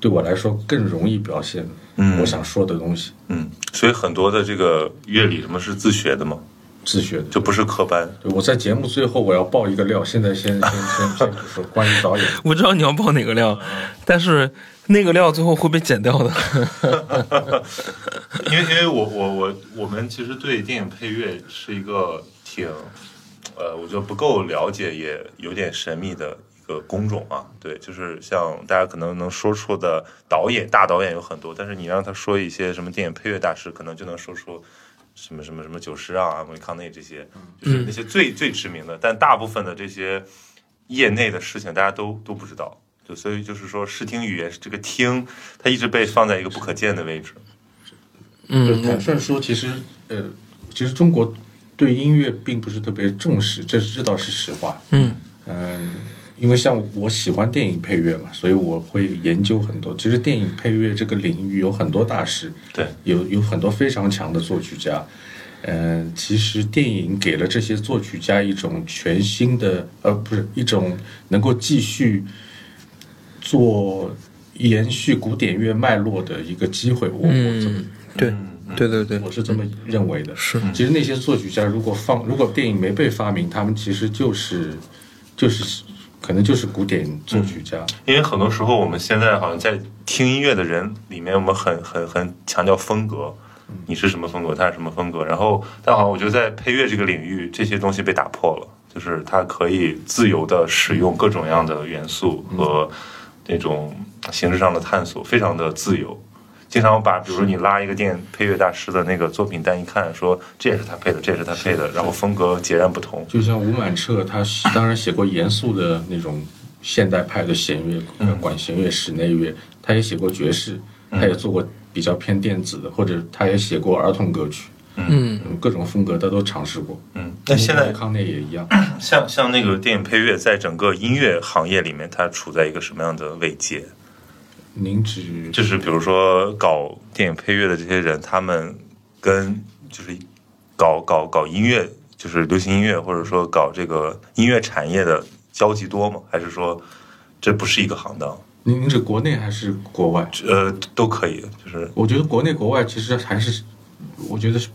S3: 对我来说更容易表现
S1: 嗯
S3: 我想说的东西。
S1: 嗯？所以很多的这个乐理什么是自学的嘛，
S3: 自学的，
S1: 就不是科班。
S3: 对我在节目最后我要爆一个料，现在先先先先不说关于导演，
S2: 我知道你要爆哪个料，
S1: 嗯
S2: 但是那个料最后会被剪 掉的。
S1: 因为因为我我我我们其实对电影配乐是一个挺呃，我觉得不够了解，也有点神秘的一个工种啊。对，就是像大家可能能说出的导演大导演有很多，但是你让他说一些什么电影配乐大师，可能就能说出。什么什么什么久石让啊、莫里康内这些，就是那些最最知名的，但大部分的这些业内的事情，大家都都不知道。就所以就是说，视听语言这个听，它一直被放在一个不可见的位置。
S3: 就
S2: 嗯
S3: 坦率说，其实呃，其实中国对音乐并不是特别重视，这这倒是实话。
S2: 嗯
S3: 嗯，因为像我喜欢电影配乐嘛，所以我会研究很多。其实电影配乐这个领域有很多大师，
S1: 对，
S3: 有有很多非常强的作曲家。嗯、其实电影给了这些作曲家一种全新的，呃，不是一种能够继续做延续古典乐脉络的一个机会。我我这么
S2: 嗯，对对对对
S3: 我，是这么认为的。
S2: 是
S3: 其实那些作曲家如果放，如果电影没被发明，他们其实就是就是可能就是古典作曲家。
S1: 因为很多时候我们现在好像在听音乐的人里面，我们很很很强调风格，你是什么风格，他是什么风格。然后，但好像我觉得在配乐这个领域，这些东西被打破了，就是它可以自由的使用各种各样的元素和那种形式上的探索，非常的自由。经常把，比如说你拉一个电配乐大师的那个作品单一看，说这也是他配的，这也是他配的，然后风格截然不同。
S3: 就像吴满彻，他是当然写过严肃的那种现代派的弦乐，
S1: 嗯
S3: 呃管弦乐、室内乐，他也写过爵士，他也做过比较偏电子的，或者他也写过儿童歌曲，
S2: 嗯
S3: 嗯各种风格他都尝试过。
S1: 嗯，那现在
S3: 康内也一样。
S1: 像像那个电影配乐，在整个音乐行业里面，它处在一个什么样的位阶？
S3: 您指
S1: 就是比如说搞电影配乐的这些人，他们跟就是搞搞搞音乐，就是流行音乐，或者说搞这个音乐产业的交集多吗？还是说这不是一个行当？
S3: 您您指国内还是国外？
S1: 呃，都可以，就是
S3: 我觉得国内国外其实还是，我觉得是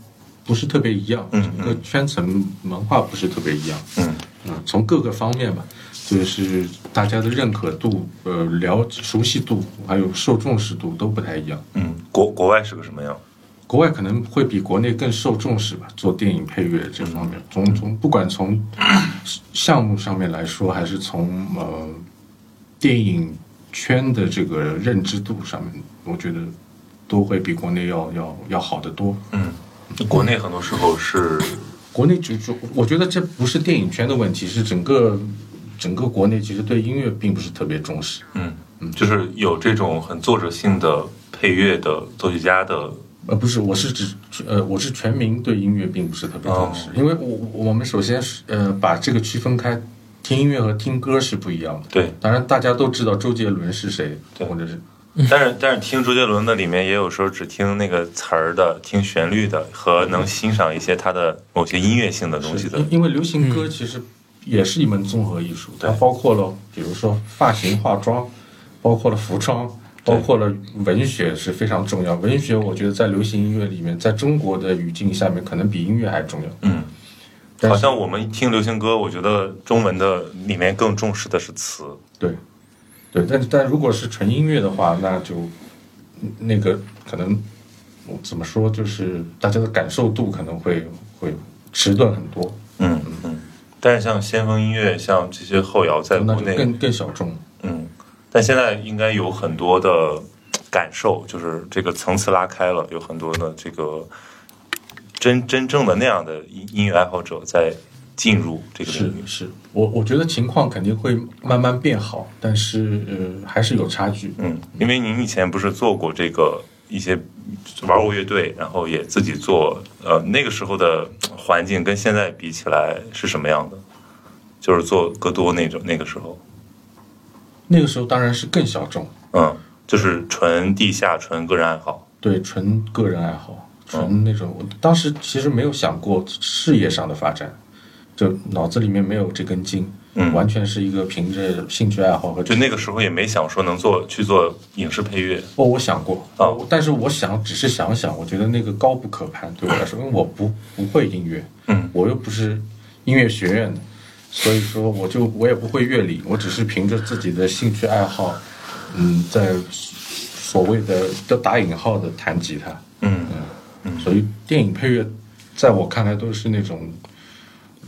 S3: 不是特别一样？
S1: 嗯
S3: 这个圈层文化不是特别一样。
S1: 嗯
S3: 嗯，从各个方面吧，就是大家的认可度、呃了熟悉度，还有受重视度都不太一样。
S1: 嗯，国国外是个什么样？
S3: 国外可能会比国内更受重视吧，做电影配乐这方面，从从不管从项目上面来说，还是从呃电影圈的这个认知度上面，我觉得都会比国内要要要好得多。
S1: 嗯，国内很多时候是
S3: 国内就就我觉得这不是电影圈的问题，是整个整个国内其实对音乐并不是特别重视。
S1: 嗯，就是有这种很作者性的配乐的作曲家的，
S3: 呃，不是，我是指呃，我是全民对音乐并不是特别重视，
S1: 哦
S3: 因为我我我们首先是呃把这个区分开，听音乐和听歌是不一样的。
S1: 对。
S3: 当然，大家都知道周杰伦是谁，
S1: 对
S3: 或者是
S1: 但是但是听周杰伦的里面也有时候只听那个词儿的，听旋律的和能欣赏一些他的某些音乐性的东西
S3: 是
S1: 的
S3: 因，因为流行歌其实也是一门综合艺术，它
S1: 对
S3: 包括了比如说发型、化妆，包括了服装，
S1: 对
S3: 包括了文学是非常重要。文学我觉得在流行音乐里面，在中国的语境下面，可能比音乐还重要。
S1: 嗯。
S3: 但
S1: 好
S3: 是
S1: 像我们听流行歌，我觉得中文的里面更重视的是词，
S3: 对，对，但但如果是纯音乐的话，那就嗯那个可能我怎么说，就是大家的感受度可能会会迟钝很多，
S1: 嗯嗯。但是像先锋音乐，像这些后摇，在
S3: 那
S1: 国
S3: 就
S1: 内，
S3: 更更小众。
S1: 嗯，但现在应该有很多的感受，就是这个层次拉开了，有很多的这个真真正的那样的音音乐爱好者在进入这个
S3: 是
S1: 领域。
S3: 是，我我觉得情况肯定会慢慢变好，但是呃还是有差距。
S1: 嗯，因为您以前不是做过这个一些玩过乐队，然后也自己做，呃，那个时候的呃环境跟现在比起来是什么样的？就是做戈多那种那个时候，
S3: 那个时候当然是更小众，
S1: 嗯，就是纯地下、纯个人爱好。
S3: 对，纯个人爱好，
S1: 哦
S3: 纯那种。我当时其实没有想过事业上的发展，就脑子里面没有这根筋，
S1: 嗯
S3: 完全是一个凭着兴趣爱好和
S1: 就那个时候也没想说能做去做影视配乐，
S3: 哦，我想过
S1: 啊
S3: 我但是我想只是想想，我觉得那个高不可攀，对我来说，因为我不不会音乐，
S1: 嗯，
S3: 我又不是音乐学院的，所以说我就我也不会乐理，我只是凭着自己的兴趣爱好，嗯，在所谓的都打引号的弹吉他，
S1: 嗯
S3: 所以电影配乐在我看来都是那种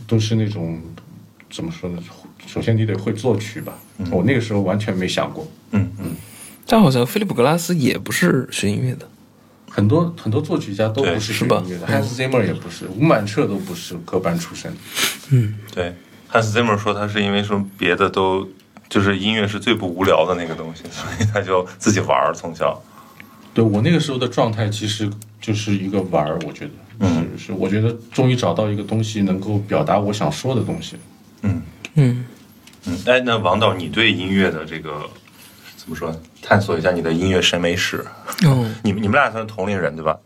S3: 都是那种怎么说呢？首先你得会作曲吧，我那个时候完全没想过，
S1: 嗯嗯，
S2: 但好像菲利普·格拉斯也不是学音乐的，
S3: 很多很多作曲家都不是
S2: 是
S3: 学
S2: 吧
S3: 音乐的，汉斯 Zimmer 也不是，吴满彻都不是科班出身。
S1: 对。汉斯 Zimmer 说他是因为说别的都就是音乐是最不无聊的那个东西，所以他就自己玩儿从小。
S3: 对我那个时候的状态，其实就是一个玩儿，我觉得，
S2: 嗯
S3: 是是，我觉得终于找到一个东西能够表达我想说的东西。
S1: 嗯
S2: 嗯，
S1: 嗯，哎，那王导，你对音乐的这个怎么说？探索一下你的音乐审美史。
S2: 哦，
S1: 你们你们俩算是同龄人对吧？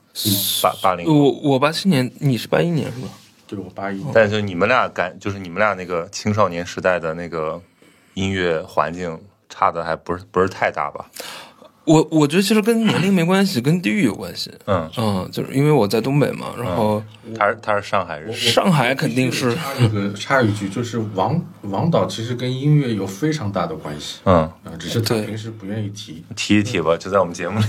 S1: 八八零，
S2: 我我八七年，你是八一年是吧？
S3: 对我八一，
S1: 但是就你们俩感，就是你们俩那个青少年时代的那个音乐环境差的还不是不是太大吧？
S2: 我我觉得其实跟年龄没关系，跟地域有关系。
S1: 嗯，
S2: 嗯，就是因为我在东北嘛，然后
S1: 他是他是上海人，
S2: 上海肯定是
S3: 插一个插一句，就是王王导其实跟音乐有非常大的关系
S1: 嗯。
S3: 啊，只是他
S2: 对
S3: 平时不愿意提。
S1: 提一提吧，就在我们节目里，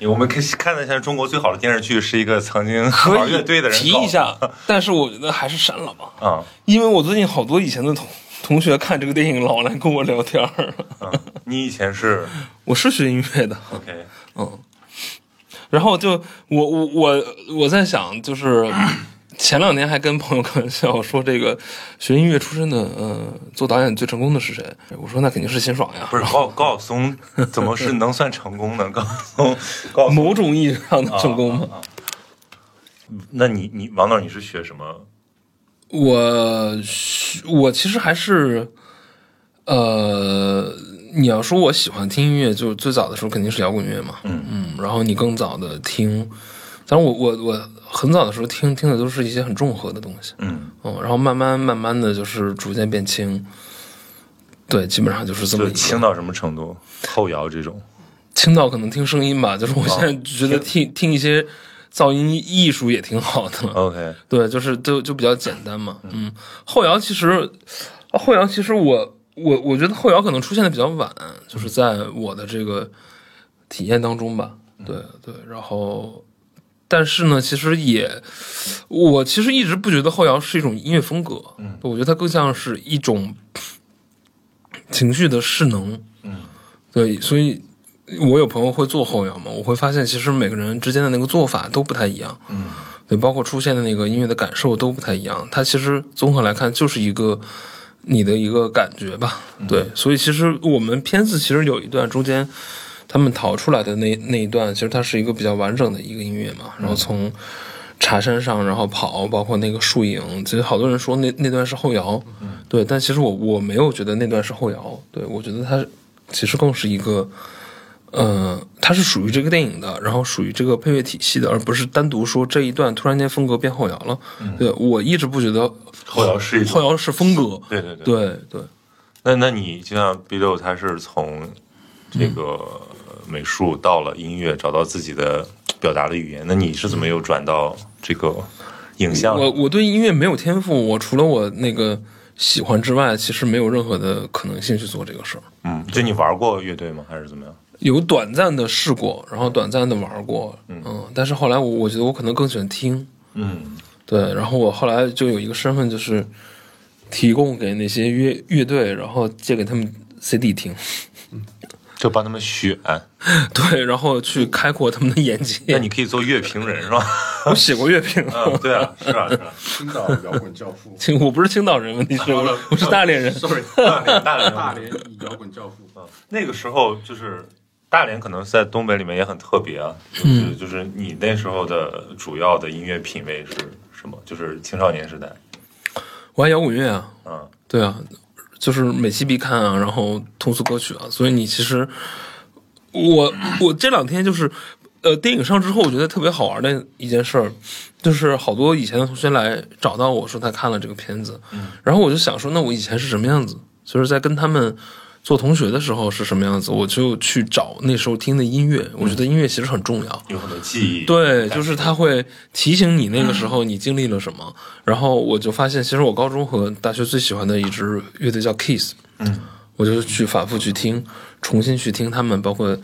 S1: 因为我们可以看了一下中国最好的电视剧，是一个曾经玩乐队的人
S2: 提一下，但是我觉得还是删了吧，
S1: 啊、
S2: 因为我最近好多以前的同同学看这个电影老来跟我聊天儿。
S1: 嗯嗯，你以前是
S2: 我是学音乐的，
S1: OK，
S2: 嗯，然后就我我我我在想，就是前两年还跟朋友开玩笑说，这个学音乐出身的，呃，做导演最成功的是谁？我说那肯定是辛爽呀，
S1: 不是高高晓松怎么是能算成功呢？高晓松，高晓松，
S2: 某种意义上
S1: 啊
S2: 的成功吗？
S1: 那你你王导你是学什么？
S2: 我我其实还是，呃，你要说我喜欢听音乐，就是最早的时候肯定是摇滚乐嘛，嗯然后你更早的听，当然我我我很早的时候听听的都是一些很重合的东西，
S1: 嗯，
S2: 嗯，然后慢慢慢慢的就是逐渐变轻，对，基本上就是这么一
S1: 就
S2: 个
S1: 轻到什么程度？后摇这种，
S2: 轻到可能听声音吧，就是我现在觉得听听一些噪音艺术也挺好的，
S1: OK，
S2: 对，就是就就比较简单嘛。嗯，后摇其实，后摇其实我我我觉得后摇可能出现的比较晚，就是在我的这个体验当中吧。对对，然后但是呢，其实也我其实一直不觉得后摇是一种音乐风格，嗯，我觉得它更像是一种情绪的势能。
S1: 嗯，
S2: 对，所以。我有朋友会做后摇嘛，我会发现其实每个人之间的那个做法都不太一样。
S1: 嗯
S2: 对，包括出现的那个音乐的感受都不太一样。它其实综合来看就是一个你的一个感觉吧，
S1: 嗯
S2: 对。所以其实我们片子其实有一段中间他们逃出来的那那一段，其实它是一个比较完整的一个音乐嘛。
S1: 嗯
S2: 然后从茶山上，然后跑，包括那个树影，其实好多人说那那段是后摇，
S1: 嗯
S2: 对。但其实我我没有觉得那段是后摇，对我觉得它其实更是一个。呃，它是属于这个电影的，然后属于这个配乐体系的，而不是单独说这一段突然间风格变后摇了。对我一直不觉得
S1: 嗯后摇是一种
S2: 后摇是风格，
S1: 对对对
S2: 对对
S1: 那那你就像 B 六，他是从这个美术到了音乐，找到自己的表达的语言。那你是怎么又转到这个影像？
S2: 我我对音乐没有天赋，我除了我那个喜欢之外，其实没有任何的可能性去做这个事儿。
S1: 嗯，就你玩过乐队吗？还是怎么样？
S2: 有短暂的试过，然后短暂的玩过，嗯，但是后来我我觉得我可能更喜欢听，
S1: 嗯
S2: 对，然后我后来就有一个身份，就是提供给那些乐乐队，然后借给他们 CD 听，
S1: 就帮他们选。
S2: 对，然后去开阔他们的眼
S1: 那
S2: 界。
S1: 你可以做乐评人是吧？
S2: 我写过乐评，
S1: 嗯，对啊，是啊，是啊。
S3: 青岛摇滚教父
S2: 青我不是青岛人，问题 是我我是大连人。
S3: ，sorry，
S1: 大连大连
S3: 大 连摇滚教父，啊
S1: 那个时候就是大连，可能在东北里面也很特别啊。就是就是你那时候的主要的音乐品味是什么？就是青少年时代。
S2: 我爱摇滚乐啊，
S1: 嗯
S2: 对啊，就是每期必看啊，然后通俗歌曲啊，所以你其实我我这两天就是呃，电影上之后，我觉得特别好玩的一件事儿，就是好多以前的同学来找到我说他看了这个片子，然后我就想说，那我以前是什么样子？就是在跟他们。做同学的时候是什么样子，我就去找那时候听的音乐。我觉得音乐其实很重要，
S1: 有很多记忆。
S2: 对，就是他会提醒你那个时候你经历了什么。然后我就发现，其实我高中和大学最喜欢的一支乐队叫 Kiss，
S1: 嗯，
S2: 我就去反复去听，重新去听他们，包括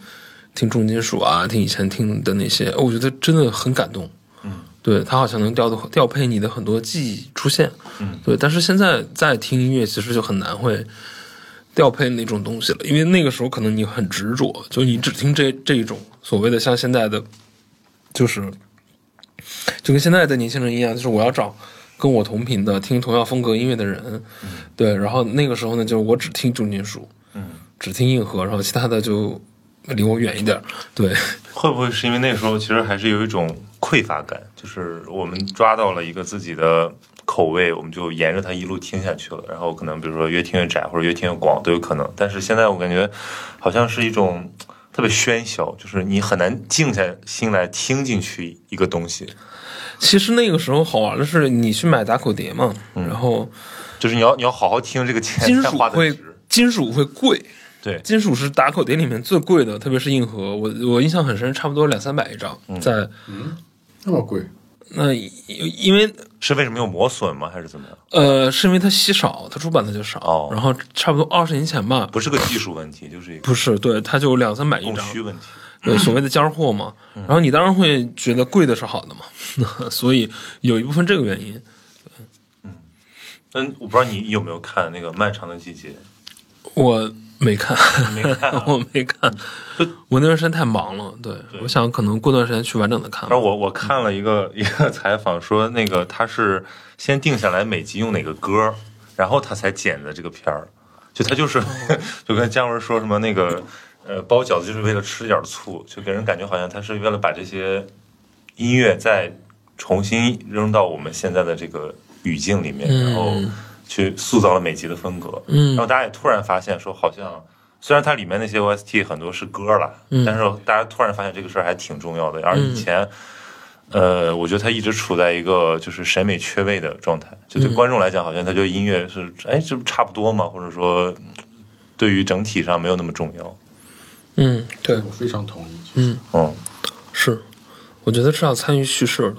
S2: 听重金属啊，听以前听的那些，我觉得真的很感动。
S1: 嗯，
S2: 对他好像能调动调配你的很多记忆出现。嗯，对，但是现在在听音乐，其实就很难会。调配那种东西了，因为那个时候可能你很执着，就你只听这这一种所谓的像现在的就是就跟现在的年轻人一样，就是我要找跟我同频的、听同样风格音乐的人，对。然后那个时候呢，就是我只听重金属，
S1: 嗯，
S2: 只听硬核，然后其他的就离我远一点儿。对，
S1: 会不会是因为那时候其实还是有一种匮乏感，就是我们抓到了一个自己的口味，我们就沿着它一路听下去了。然后可能比如说越听越窄，或者越听越广都有可能。但是现在我感觉好像是一种特别喧嚣，就是你很难静下心来听进去一个东西。
S2: 其实那个时候好玩的是，你去买打口碟嘛，然后
S1: 就是你要你要好好听这个钱
S2: 金
S1: 才
S2: 属
S1: 嗯花的
S2: 会
S1: 值。
S2: 金属会贵，
S1: 对，
S2: 金属是打口碟里面最贵的，特别是硬核，我我印象很深，差不多两三百一张，
S1: 嗯
S2: 在
S3: 那么贵，
S2: 那因为
S1: 是为什么有磨损吗？还是怎么样？
S2: 呃是因为它稀少，它出版的就少，
S1: 哦
S2: 然后差不多二十年前吧，
S1: 不是个技术问题，就是一个
S2: 不是，对，它就两三百一
S1: 供
S2: 张，
S1: 需嗯问题。
S2: 对，所谓的尖货嘛。然后你当然会觉得贵的是好的嘛， 所以有一部分这个原因。
S1: 嗯，我不知道你有没有看那个《漫长的季节》。
S2: 我没看，
S1: 没看啊
S2: 我没看，我那段时间太忙了。对，我想可能过段时间去完整的看吧。
S1: 然后我我看了一个一个采访，说那个他是先定下来每集用哪个歌，然后他才剪的这个片儿，就他
S2: 哦
S1: 就是 就跟姜文说什么那个呃包饺子就是为了吃点儿醋，就给人感觉好像他是为了把这些音乐再重新扔到我们现在的这个语境里面，然后去塑造了每集的风格。
S2: 嗯
S1: 然后大家也突然发现说，好像虽然它里面那些 OST 很多是歌啦，
S2: 嗯
S1: 但是大家突然发现这个事儿还挺重要的。而
S2: 嗯
S1: 以前，呃，我觉得它一直处在一个就是审美缺位的状态，就
S3: 嗯
S1: 对观众来讲，好像它就音乐是哎这不差不多嘛，或者说嗯对于整体上没有那么重要。
S2: 嗯，对，
S3: 我非常同意。
S2: 嗯
S1: 嗯，
S2: 是，我觉得是要参与叙事的，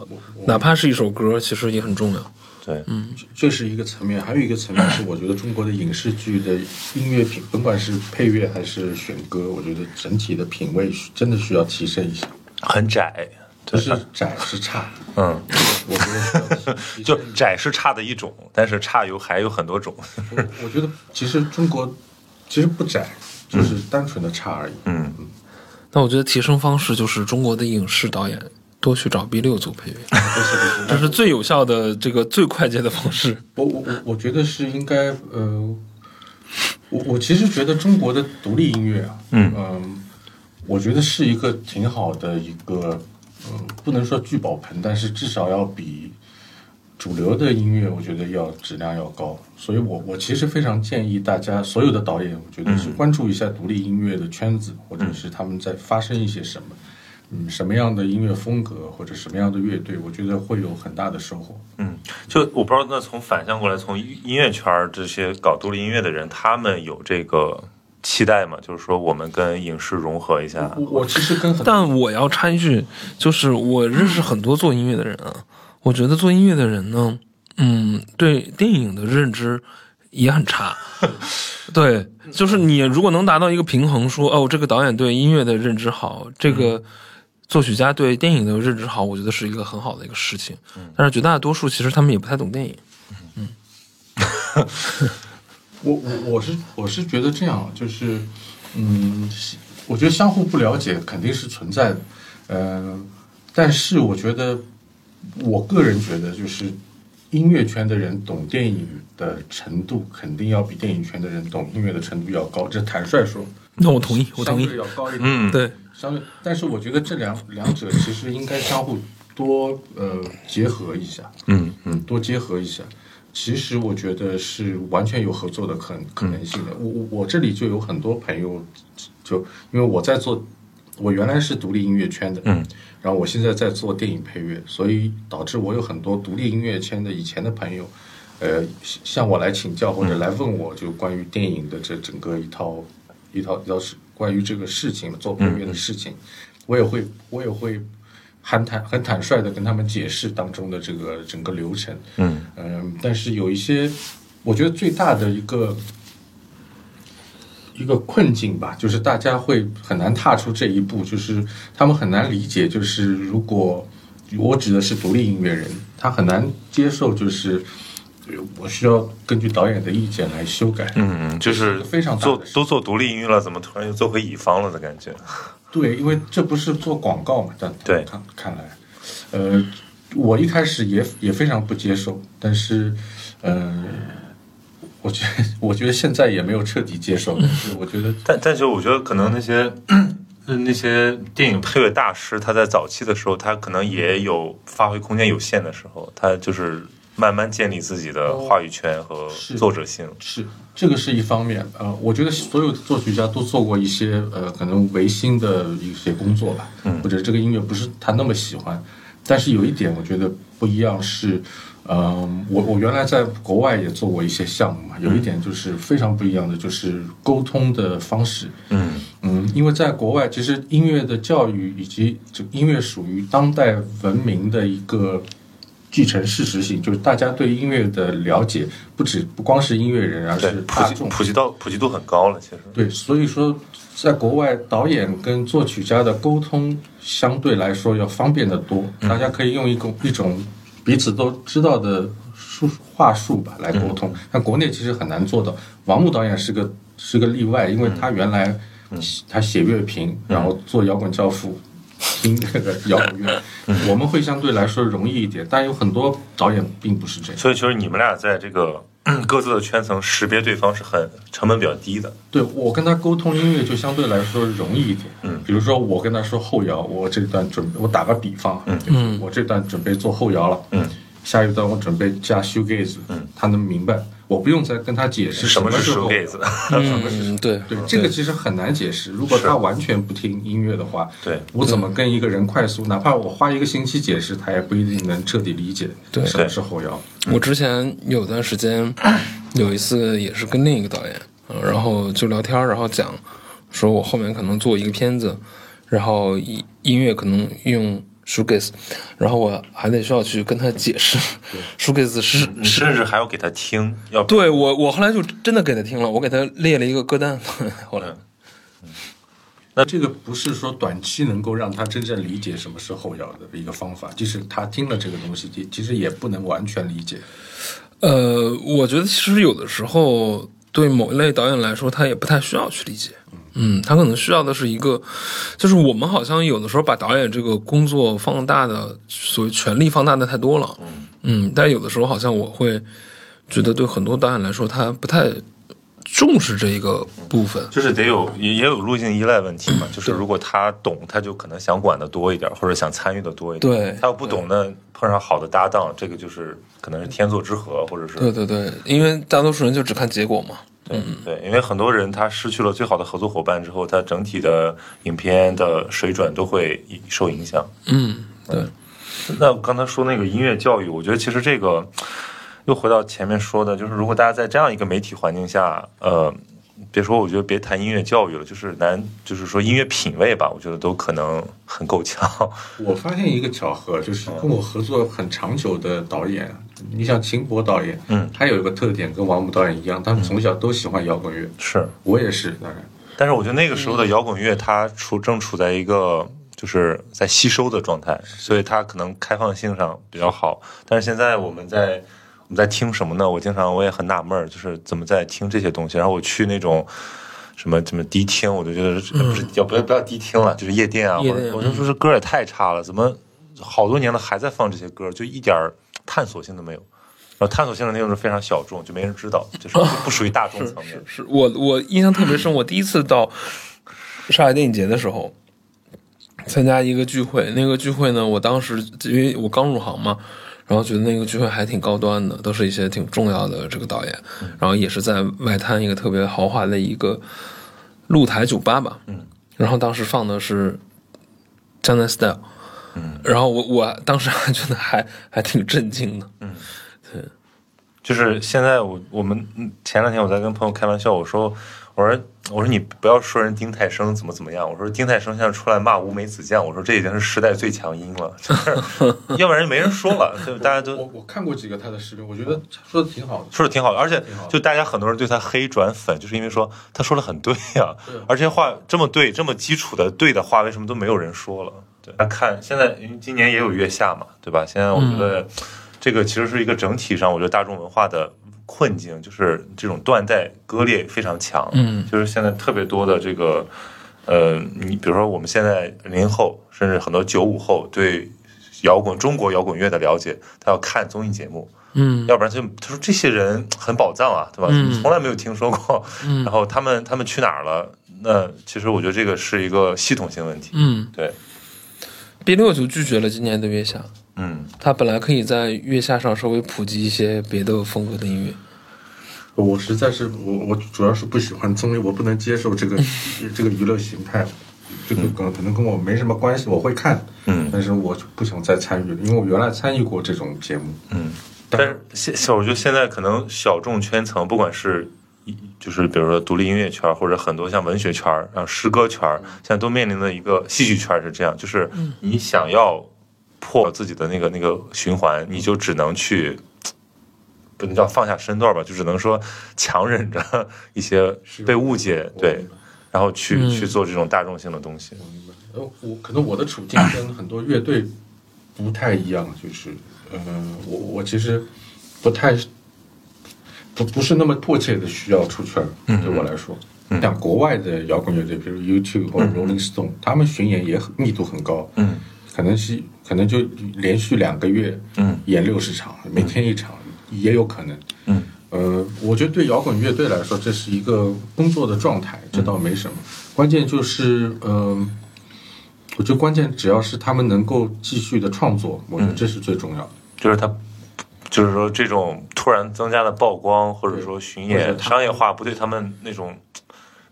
S2: 哪怕是一首歌，其实也很重要。
S1: 对，
S3: 嗯这是一个层面，还有一个层面是，我觉得中国的影视剧的音乐品，甭管是配乐还是选歌，我觉得整体的品味真的需要提升一下，
S1: 很窄，
S3: 不
S1: 对，
S3: 是窄是差，
S1: 嗯，
S3: 我觉得需要提
S1: 就
S3: 升一下
S1: 窄是差的一种，但是差有还有很多种。
S3: 我我觉得其实中国其实不窄，就是单纯的差而已。
S1: 嗯，
S2: 那我觉得提升方式就是中国的影视导演多去找 B 六做配乐，这是最有效的、这个最快捷的方式。
S3: 我我我我觉得是应该呃，我我其实觉得中国的独立音乐啊，
S1: 嗯
S3: 我觉得是一个挺好的一个，嗯、不能说聚宝盆，但是至少要比主流的音乐，我觉得要质量要高。所以我我其实非常建议大家所有的导演，我觉得是关注一下独立音乐的圈子，或者是他们在发生一些什么。嗯，什么样的音乐风格或者什么样的乐队，我觉得会有很大的收获。
S1: 嗯，就我不知道，那从反向过来，从音乐圈儿这些搞独立音乐的人，他们有这个期待吗？就是说，我们跟影视融合一下。
S3: 我我其实跟很多
S2: 但我要插一句，就是我认识很多做音乐的人啊，我觉得做音乐的人呢，嗯，对电影的认知也很差。对，就是你如果能达到一个平衡说，哦，这个导演对音乐的认知好，这个作曲家对电影的认知好，我觉得是一个很好的一个事情。但是绝大多数其实他们也不太懂电影。
S3: 我我我是我是觉得这样，就是，嗯，我觉得相互不了解肯定是存在的，呃，但是我觉得，我个人觉得就是，音乐圈的人懂电影的程度肯定要比电影圈的人懂音乐的程度要高，这坦率说，
S2: 那我同意，我同
S3: 相
S2: 意
S3: 对。要高一点。
S1: 嗯，
S2: 对，
S3: 相对，但是我觉得这两两者其实应该相互多呃结合一下。
S1: 嗯嗯
S3: 多结合一下。其实我觉得是完全有合作的可可能性的。
S1: 嗯
S3: 我我我这里就有很多朋友，就因为我在做，我原来是独立音乐圈的，
S1: 嗯，
S3: 然后我现在在做电影配乐，所以导致我有很多独立音乐圈的以前的朋友，呃，向向我来请教或者来问我，就关于电影的这整个一套一套一套事，关于这个事情做配乐的事情，我也会我也会很坦很坦率的跟他们解释当中的这个整个流程，
S1: 嗯
S3: 嗯，但是有一些，我觉得最大的一个一个困境吧，就是大家会很难踏出这一步，就是他们很难理解，就是如果我指的是独立音乐人，他很难接受，就是呃我需要根据导演的意见来修改。
S1: 嗯嗯，就是
S3: 非常大的
S1: 做
S3: 事
S1: 都做独立音乐了，怎么突然又做回乙方了的感觉？
S3: 对，因为这不是做广告嘛，但
S1: 对
S3: 看看来，呃，我一开始也也非常不接受，但是，呃，我觉得我觉得现在也没有彻底接受，但是我觉得
S1: 但但是我觉得可能那些。嗯那些电影配乐大师，他在早期的时候，他可能也有发挥空间有限的时候，他就是慢慢建立自己的话语权和
S3: 哦是
S1: 作者性。
S3: 是这个是一方面，呃，我觉得所有的作曲家都做过一些呃可能违心的一些工作吧，
S1: 嗯
S3: 或者这个音乐不是他那么喜欢，但是有一点我觉得不一样是，嗯、我我原来在国外也做过一些项目嘛，有一点就是非常不一样的就是沟通的方式，
S1: 嗯
S3: 嗯，因为在国外，其实音乐的教育以及就音乐属于当代文明的一个继承事实性，就是大家对音乐的了解不止不光是音乐人，而
S1: 对
S3: 是，
S1: 普
S3: 大
S1: 及
S3: 众。
S1: 普及到普及度很高了，其实。
S3: 对，所以说在国外，导演跟作曲家的沟通相对来说要方便得多，大家可以用一种一种彼此都知道的术话术吧来沟通。但国内其实很难做到。王牧导演是个是个例外，因为他原来写他写乐评，然后做摇滚教父。听那个摇滚乐，我们会相对来说容易一点，但有很多导演并不是这样。
S1: 所以其实你们俩在这个 各自的圈层识别对方是很成本比较低的。
S3: 对我跟他沟通音乐就相对来说容易一点，嗯，比如说我啊跟他说后摇，我这段准备，我打个比方，嗯，我这段准备做后摇了，
S1: 嗯，
S3: 下一段我准备加 shoegaze，他能明白，我不用再跟他解释
S1: 什么
S3: 么
S1: 是
S3: 时候
S1: shoegaze？
S2: 嗯，对
S3: 对，这个其实很难解释。如果他完全不听音乐的话，
S1: 对
S3: 我怎么跟一个人快速，哪怕我花一个星期解释，他也不一定能彻底理解
S2: 对
S3: 什么是后摇。
S2: 我之前有段时间，有一次也是跟另一个导演，呃然后就聊天儿，然后讲说我后面可能做一个片子，然后音音乐可能用 shoegaze，然后我还得需要去跟他解释 shoegaze 是
S1: 你甚至还要给他听，要
S2: 对我，我后来就真的给他听了，我给他列了一个歌单。后来，
S3: 那这个不是说短期能够让他真正理解什么是后摇的一个方法，即使他听了这个东西，其其实也不能完全理解。
S2: 呃，我觉得其实有的时候对某一类导演来说，他也不太需要去理解。嗯，他可能需要的是一个，就是我们好像有的时候把导演这个工作放大的所谓权力放大的太多了。嗯，但是有的时候好像我会觉得，对很多导演来说，他不太重视这一个部分。
S1: 就是得有也也有路径依赖问题 嘛，就是如果他懂，他就可能想管的多一点，或者想参与的多一点。
S2: 对
S1: 他要不懂，那碰上好的搭档，这个就是可能是天作之合，或者是
S2: 对对嗯对，因为大多数人就只看结果嘛。
S1: 对对，因为很多人他失去了最好的合作伙伴之后，他整体的影片的水准都会受影响。
S2: 嗯，对。
S1: 那我刚才说那个音乐教育，我觉得其实这个又回到前面说的，就是如果大家在这样一个媒体环境下，呃，别说我觉得别谈音乐教育了，就是难，就是说音乐品味吧，我觉得都可能很够呛。
S3: 我发现一个巧合，就是跟我合作很长久的导演，你像秦博导演，
S1: 嗯，
S3: 他有一个特点跟王牧导演一样，他们从小都喜欢摇滚乐，
S1: 是，
S3: 我也是，当然。
S1: 但是我觉得那个时
S2: 嗯
S1: 候的摇滚乐，它处正处在一个就是在吸收的状态，所以它可能开放性上比较好。但是现在我们在我们在听什么呢？我经常我也很纳闷儿，就是怎么在听这些东西。然后我去那种什么什么迪厅，我就觉得是呃不是要不要不要迪厅了，就是夜店啊，
S2: 嗯夜
S1: 或
S2: 店嗯
S1: 者我就说这歌也太差了，怎么好多年了还在放这些歌，就一点儿探索性都没有。然后探索性的内容是非常小众，就没人知道，就是不属于大众层面。
S2: 是我我印象特别 深，我第一次到上海电影节的时候，参加一个聚会。那个聚会呢，我当时因为我刚入行嘛，然后觉得那个聚会还挺高端的，都是一些挺重要的这个导演，然后也是在外滩一个特别豪华的一个露台酒吧吧。嗯，然后当时放的是《江南 Style》。嗯，然后我我当时还觉得还还挺震惊的，
S1: 就是现在我我们嗯前两天我在跟朋友开玩笑，我说我说我说你不要说人丁太生怎么怎么样，我说丁太生现在出来骂无美子酱，我说这已经是时代最强音了，就是要不然就没人说了，就大家都
S3: 我我看过几个他的视频，我觉得他说的挺好的。
S1: 说的挺好的，而且
S3: 挺好的
S1: 就大家很多人对他黑转粉，就是因为说他说的很对啊呀、
S3: 对
S1: 而这些话这么对，这么基础的对的话，为什么都没有人说了？对，大家看现在因为今年也有月下嘛，对吧？现在我觉得这个其实是一个整体上，我觉得大众文化的困境，就是这种断代割裂非常强。
S2: 嗯，
S1: 就是现在特别多的这个，呃，你比如说我们现在零零后，甚至很多九五后对摇滚中国摇滚乐的了解，他要看综艺节目。
S2: 嗯，
S1: 要不然就他说这些人很宝藏啊，对吧？
S2: 嗯
S1: 从来没有听说过。
S2: 嗯
S1: 然后他们他们去哪儿了？那其实我觉得这个是一个系统性问题。
S2: 嗯
S1: 对，
S2: ，B 六就拒绝了今年的月下，
S1: 嗯，
S2: 他本来可以在月下上稍微普及一些别的风格的音乐。
S3: 我实在是我我主要是不喜欢综艺，我不能接受这 个这个娱乐形态，这个可能可能跟我没什么关系，我会看，
S1: 嗯
S3: 但是我就不想再参与了，因为我原来参与过这种节目，
S1: 嗯，
S3: 但
S1: 但是现现我觉得现在可能小众圈层，不管是一就是比如说独立音乐圈，或者很多像文学圈、然后诗歌圈，现在都面临的一个戏剧圈是这样，就是你想要破自己的那个那个循环，你就只能去。不能叫放下身段吧，就只能说强忍着一些被误解，对，然后去、
S2: 嗯
S1: 去做这种大众性的东西。
S3: 呃，我可能我的处境跟很多乐队不太一样，就是呃，我我其实不太不不是那么迫切的需要出圈儿，
S1: 嗯
S3: 对我来说。像国外的摇滚乐队，比如 U2 或者 Rolling Stone，、他们巡演也很密度很高，
S1: 嗯
S3: 可能是可能就连续两个月，
S1: 嗯
S3: 演六十场，每天一场，也有可能。
S1: 嗯
S3: 呃，我觉得对摇滚乐队来说，这是一个工作的状态，这倒没什么。关键就是，呃，我觉得关键只要是他们能够继续的创作，我觉得这是最重要的。
S1: 就是他就是说这种突然增加的曝光，或者说巡
S3: 或者
S1: 演
S3: 他
S1: 商业化，不对他们那种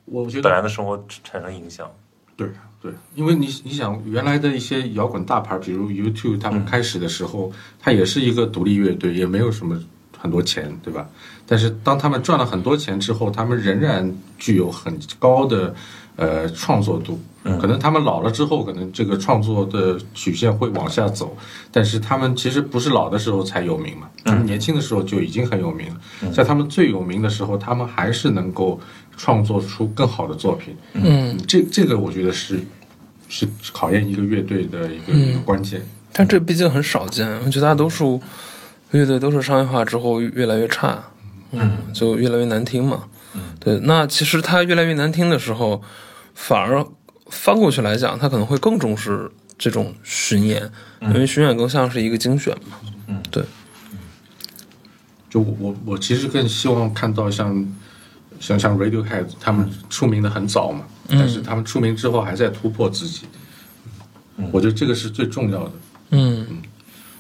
S3: 我觉
S1: 本来
S3: 得
S1: 的生活产生影响。
S3: 对对，因为你你想原来的一些摇滚大牌，比如 U2，他们开始的时候，他也是一个独立乐队，也没有什么很多钱，对吧？但是当他们赚了很多钱之后，他们仍然具有很高的呃创作度。可能他们老了之后，可能这个创作的曲线会往下走，但是他们其实不是老的时候才有名嘛，他们年轻的时候就已经很有名了。在他们最有名的时候，他们还是能够创作出更好的作品。
S2: 嗯，
S3: 这这个我觉得是是考验一个乐队的一个一个关键。
S2: 但这毕竟很少见，我觉得大多数乐队都是商业化之后越来越差，嗯，就越来越难听嘛。对，那其实它越来越难听的时候，反而翻过去来讲，它可能会更重视这种巡演，因为巡演更像是一个精选嘛。嗯，对，
S3: 就我我我其实更希望看到像像像 Radiohead 他们出名的很早嘛，但是他们出名之后还在突破自己，
S1: 嗯
S3: 我觉得这个是最重要的。
S2: 嗯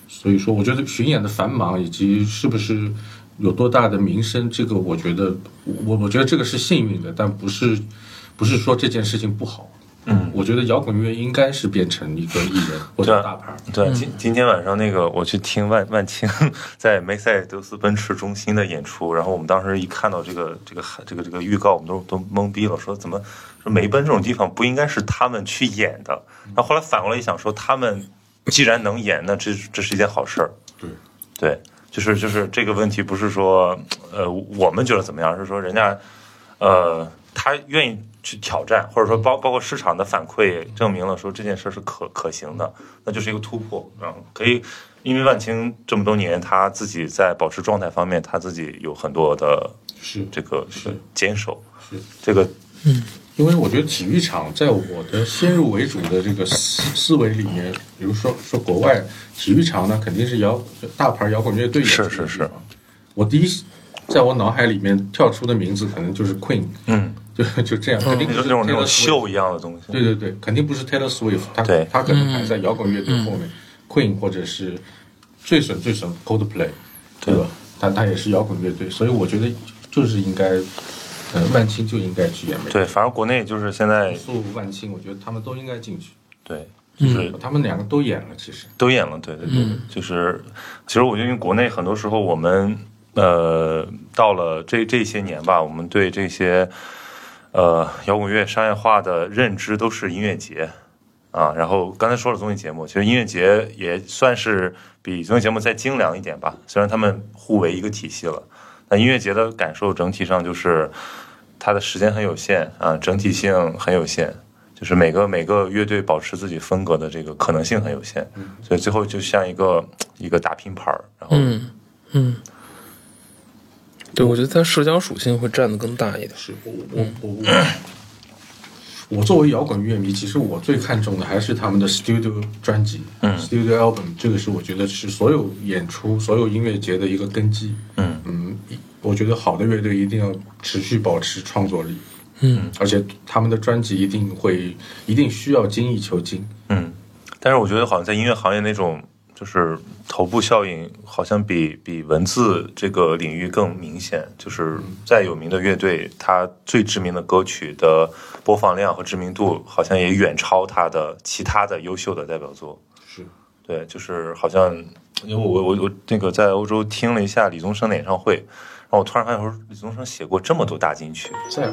S3: 所以说，我觉得巡演的繁忙以及是不是有多大的名声，这个我觉得我我觉得这个是幸运的，但不是不是说这件事情不好。
S1: 嗯，
S3: 我觉得摇滚乐应该是变成一个艺人或者大牌儿。
S1: 对，啊今今天晚上那个我去听万万青 在梅赛德斯奔驰中心的演出，然后我们当时一看到这个这个这个这个预告，我们都都懵逼了，说怎么说梅奔这种地方不应该是他们去演的？然后后来反过来一想，说他们既然能演，那这这是一件好事儿。
S3: 对
S1: 对，就是就是这个问题，不是说呃我们觉得怎么样，而是说人家呃他愿意去挑战，或者说包包括市场的反馈证明了说这件事是可可行的，那就是一个突破。嗯，可以，因为万青这么多年他自己在保持状态方面，他自己有很多的
S3: 是
S1: 这个这个坚守
S3: 是，
S1: 这个
S3: 因为我觉得体育场在我的先入为主的这个思思维里面，比如说说国外体育场呢，肯定是摇大牌摇滚乐队演出的
S1: 是是是
S3: 地方我第一在我脑海里面跳出的名字可能就是 Queen，
S1: 嗯，
S3: 就就这样，肯定
S1: 那
S3: 不
S1: 种那
S3: 是
S1: 种那
S3: Taylor
S1: 种
S3: Swift
S1: 秀一样的东西。
S3: 对对对，肯定不是 Taylor Swift，他
S1: 对
S3: 他可能排在摇滚乐队后面、q u e e n 或者是最损最损 Coldplay，对吧？他他也是摇滚乐队，所以我觉得就是应该，呃，万青就应该去演美国。
S1: 对，反正国内就是现在
S3: 素万青，我觉得他们都应该进去，呃
S1: 对，就是
S3: 他们两个都演了，其实
S1: 都演了，对对对，
S3: 嗯
S1: 就是其实我觉得因为国内很多时候我们呃到了这这些年吧，我们对这些呃摇滚乐商业化的认知都是音乐节啊，然后刚才说了综艺节目，其实音乐节也算是比综艺节目再精良一点吧，虽然他们互为一个体系了，那音乐节的感受整体上就是它的时间很有限啊，整体性很有限。就是每个每个乐队保持自己风格的这个可能性很有限，所以最后就像一个一个大拼盘儿，然后
S2: 嗯嗯，对，我觉得它社交属性会占的更大一点。
S3: 是我我我我。我作为摇滚乐迷，其实我最看重的还是他们的 studio 专辑、studio album，这个是我觉得是所有演出、所有音乐节的一个根基。
S1: 嗯
S3: 嗯，一我觉得好的乐队一定要持续保持创作力，嗯，而且他们的专辑一定会一定需要精益求精，
S1: 嗯，但是我觉得好像在音乐行业那种就是头部效应，好像比比文字这个领域更明显。就是再有名的乐队，它最知名的歌曲的播放量和知名度，好像也远超它的其他的优秀的代表作。
S3: 是
S1: 对，就是好像因为我我我我那个在欧洲听了一下李宗盛的演唱会，然后我突然发现，我说李宗盛写过这么多大金曲
S3: 在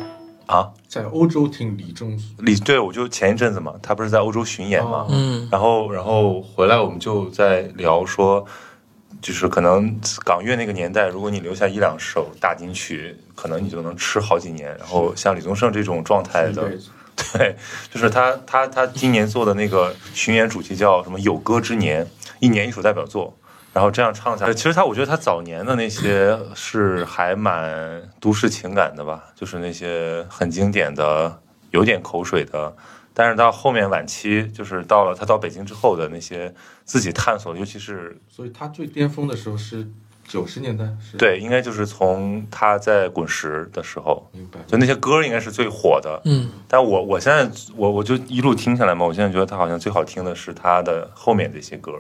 S1: 啊！
S3: 在欧洲听李宗盛，
S1: 李对，我就前一阵子嘛，他不是在欧洲巡演
S3: 啊
S1: 嘛，
S2: 嗯
S1: 然后然后回来我们就在聊说，就是可能港乐那个年代，如果你留下一两首大金曲，可能你就能吃好几年。然后像李宗盛这种状态
S3: 一
S1: 的
S3: 辈，子
S1: 对，就是他他他今年做的那个巡演主题叫什么“有歌之年”，一年一首代表作。然后这样唱下来，其实他我觉得他早年的那些是还蛮都市情感的吧，就是那些很经典的，有点口水的。但是到后面晚期，就是到了他到北京之后的那些自己探索，尤其是
S3: 所以他最巅峰的时候是九十年代，是，
S1: 对，应该就是从他在滚石的时候，
S3: 明白，
S1: 就那些歌应该是最火的。
S2: 嗯，
S1: 但我我现在我我就一路听下来嘛，我现在觉得他好像最好听的是他的后面这些歌，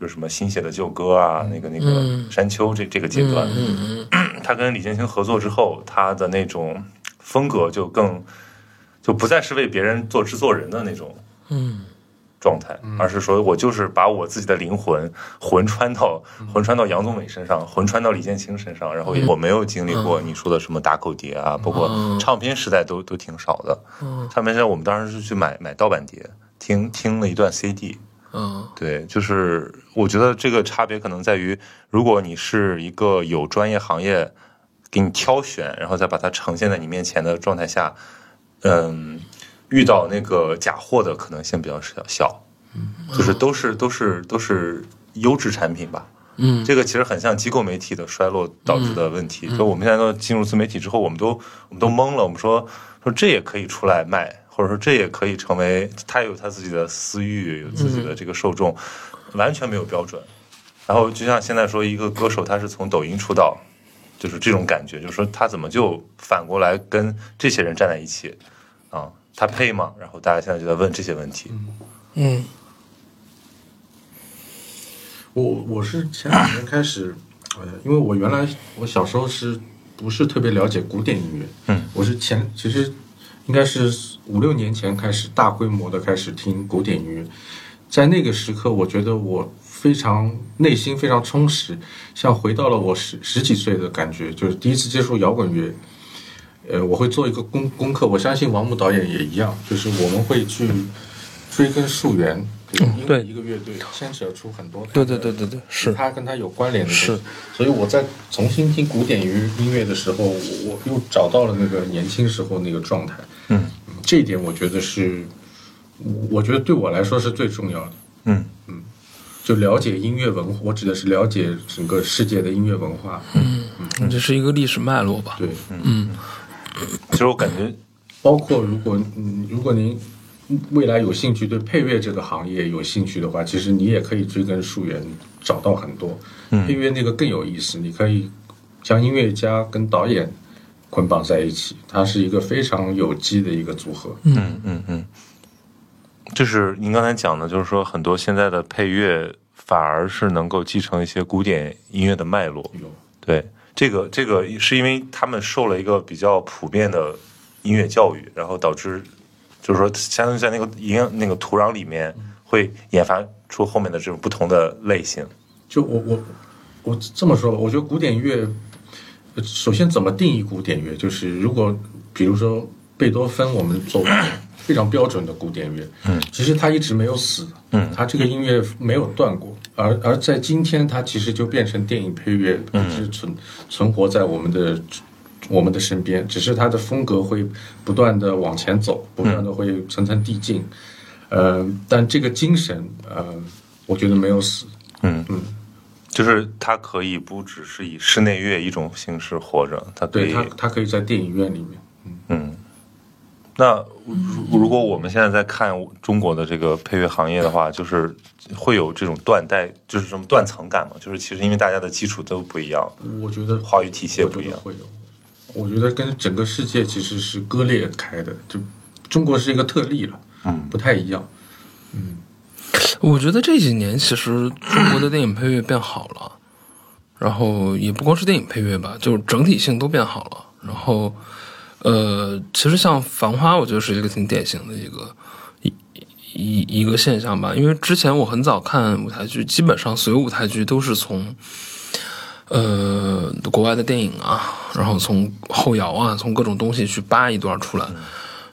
S1: 就是什么新写的旧歌啊，那个那个山丘这这个阶段，
S2: 嗯
S1: 他跟李建清合作之后，他的那种风格就更就不再是为别人做制作人的那种
S2: 嗯
S1: 状态，而是说我就是把我自己的灵魂魂穿到
S2: 嗯
S1: 魂穿到杨宗纬身上，魂穿到李建清身上，然后我没有经历
S2: 嗯
S1: 过你说的什么打口碟啊，包括唱片时代都都挺少的，
S2: 嗯
S1: 唱片时代我们当时是去买买盗版碟，听听了一段 CD，
S2: 嗯
S1: 对，就是我觉得这个差别可能在于，如果你是一个有专业行业给你挑选，然后再把它呈现在你面前的状态下，嗯，遇到那个假货的可能性比较小，小，就是都是都是都是优质产品吧。
S2: 嗯，
S1: 这个其实很像机构媒体的衰落导致的问题。就我们现在都进入自媒体之后，我们都我们都懵了，我们说说这也可以出来卖，或者说这也可以成为他有他自己的私欲，有自己的这个受众，完全没有标准。然后就像现在说，一个歌手他是从抖音出道，就是这种感觉，就是说他怎么就反过来跟这些人站在一起啊？他配吗？然后大家现在就在问这些问题。
S2: 嗯
S3: 我我是前两年开始，呃，因为我原来我小时候是不是特别了解古典音乐？
S1: 嗯，
S3: 我是前其实应该是五六年前开始大规模的开始听古典音乐，在那个时刻，我觉得我非常内心非常充实，像回到了我十十几岁的感觉，就是第一次接触摇滚乐。呃，我会做一个功功课，我相信王牧导演也一样，就是我们会去追根溯源，就是因为
S2: 嗯对
S3: 一个乐队牵扯出很多，
S2: 对对对对对是
S3: 它跟它有关联的东西
S2: 是，
S3: 所以我在重新听古典音音乐的时候，我我又找到了那个年轻时候那个状态。
S1: 嗯
S3: 嗯，这一点我觉得是，我我觉得对我来说是最重要的。
S1: 嗯
S3: 就了解音乐文化，我指的是了解整个世界的音乐文化。
S2: 嗯，这是一个历史脉络吧？
S3: 对，
S1: 其实我感觉
S3: 包括如果嗯，如果您未来有兴趣对配乐这个行业有兴趣的话，其实你也可以追根溯源，找到很多。配乐那个更有意思，你可以将音乐家跟导演捆绑在一起，它是一个非常有机的一个组合。
S1: 嗯嗯嗯，就是您刚才讲的，就是说很多现在的配乐反而是能够继承一些古典音乐的脉络。
S3: 有
S1: 对，这个这个是因为他们受了一个比较普遍的音乐教育，然后导致就是说，相当于在那个营养那个土壤里面会研发出后面的这种不同的类型。
S3: 就我我我这么说吧，我觉得古典乐，呃首先怎么定义古典乐？就是如果比如说贝多芬，我们 做非常标准的古典乐，嗯，其实他一直没有死，嗯，他这个音乐没有断过，而而在今天，它其实就变成电影配乐，一直存存活在我们的。我们的身边，只是它的风格会不断的往前走，不断的会层层递进，呃，但这个精神，呃，我觉得没有死，
S1: 嗯嗯。就是它可以不只是以室内乐一种形式活着，它可
S3: 对
S1: 以
S3: 他，他可以在电影院里面。
S1: 嗯，那如如果我们现在在看中国的这个配乐行业的话，就是会有这种断代，就是什么断层感嘛？就是其实因为大家的基础都不一样，
S3: 我觉得
S1: 话语体系
S3: 我
S1: 不
S3: 觉
S1: 一
S3: 得
S1: 样。
S3: 会有。我觉得跟整个世界其实是割裂开的，就中国是一个特例了，
S1: 嗯
S3: 不太一样。
S2: 我觉得这几年其实中国的电影配乐变好了，然后也不光是电影配乐吧，就是整体性都变好了。然后，呃，其实像《繁花》，我觉得是一个挺典型的一个一一一个现象吧。因为之前我很早看舞台剧，基本上所有舞台剧都是从呃国外的电影啊，然后从后摇啊，从各种东西去扒一段出来。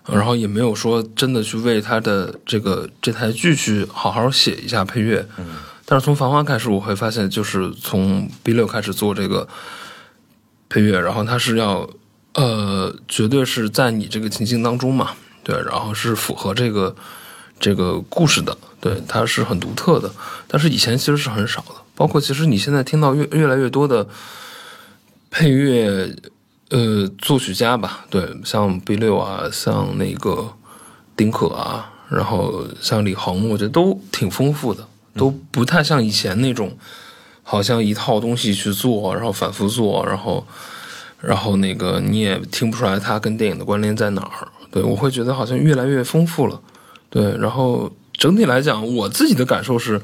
S2: 然后也没有说真的去为他的这个这台剧去好好写一下配乐。嗯，但是从《繁花》开始，我会发现，就是从 B 六开始做这个配乐，然后它是要呃，绝对是在你这个情境当中嘛，对，然后是符合这个这个故事的，对，它是很独特的。但是以前其实是很少的，包括其实你现在听到越越来越多的配乐呃，作曲家吧，对，像 B 六啊，像那个丁可啊，然后像李恒，我觉得都挺丰富的，都不太像以前那种，好像一套东西去做，然后反复做，然后，然后那个你也听不出来它跟电影的关联在哪儿。对我会觉得好像越来越丰富了，对，然后整体来讲，我自己的感受是，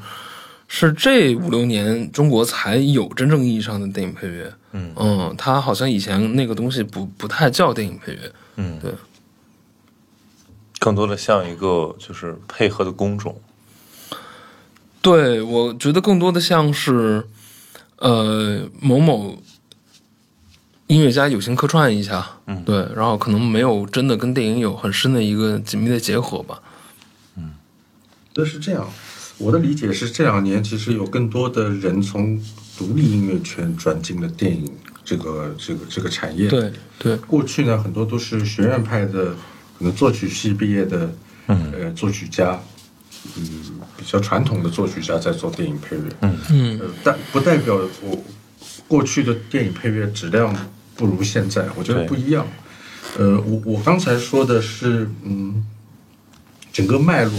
S2: 是这五六年中国才有真正意义上的电影配乐。
S1: 嗯
S2: 嗯，它好像以前那个东西不不太叫电影配乐。
S1: 嗯，
S2: 对，
S1: 更多的像一个就是配合的工种。
S2: 对，我觉得更多的像是，呃，某某音乐家有心客串一下，
S1: 嗯
S2: 对，然后可能没有真的跟电影有很深的一个紧密的结合吧。
S3: 那是这样，我的理解是这两年其实有更多的人从独立音乐圈转进了电影这个这个这个产业。，
S2: 对对，
S3: 过去呢很多都是学院派的，可能作曲系毕业的，呃，作曲家，嗯，比较传统的作曲家在做电影配乐。嗯
S2: 嗯
S3: 呃，但不代表我过去的电影配乐质量不如现在，我觉得
S1: 对
S3: 不一样。呃，我我刚才说的是，嗯，整个脉络，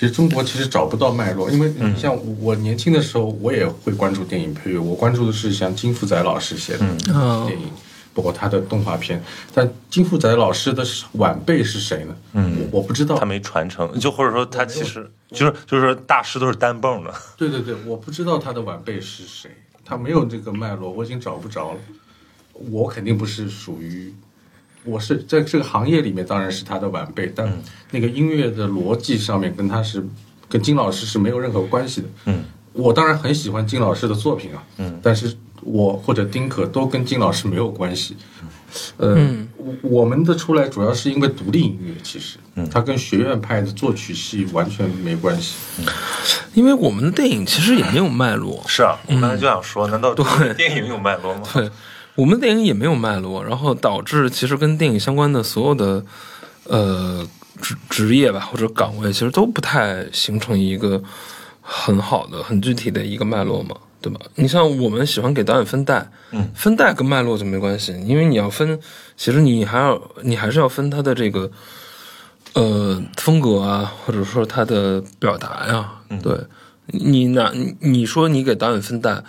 S3: 其实中国其实找不到脉络，因为你像我我年轻的时候，我也会关注电影配乐，我关注的是像金福仔老师写的
S2: 嗯
S3: 电影，包括他的动画片。但金福仔老师的晚辈是谁呢？嗯，我不知道
S1: 他。没传承，就或者说他其实就是就是说大师都是单蹦的，
S3: 对对对，我不知道他的晚辈是谁，他没有这个脉络，我已经找不着了。我肯定不是属于，我是在这个行业里面当然是他的晚辈，但那个音乐的逻辑上面跟他是跟金老师是没有任何关系的。
S1: 嗯，
S3: 我当然很喜欢金老师的作品啊，嗯，但是我或者丁可都跟金老师没有关系。呃，我我们的出来主要是因为独立音乐，其实，它跟学院派的作曲系完全没关系。
S2: 因为我们的电影其实也没有脉络，
S1: 是啊，我刚才就想说，难道
S2: 对
S1: 电影有脉络吗？
S2: 对，我们的电影也没有脉络，然后导致其实跟电影相关的所有的呃职职业吧或者岗位，其实都不太形成一个很好的、很具体的一个脉络嘛，对吧？你像我们喜欢给导演分带，
S1: 嗯，
S2: 分带跟脉络就没关系，因为你要分，其实你还要你还是要分他的这个呃风格啊，或者说他的表达呀、对。你哪你你说你给导演分带，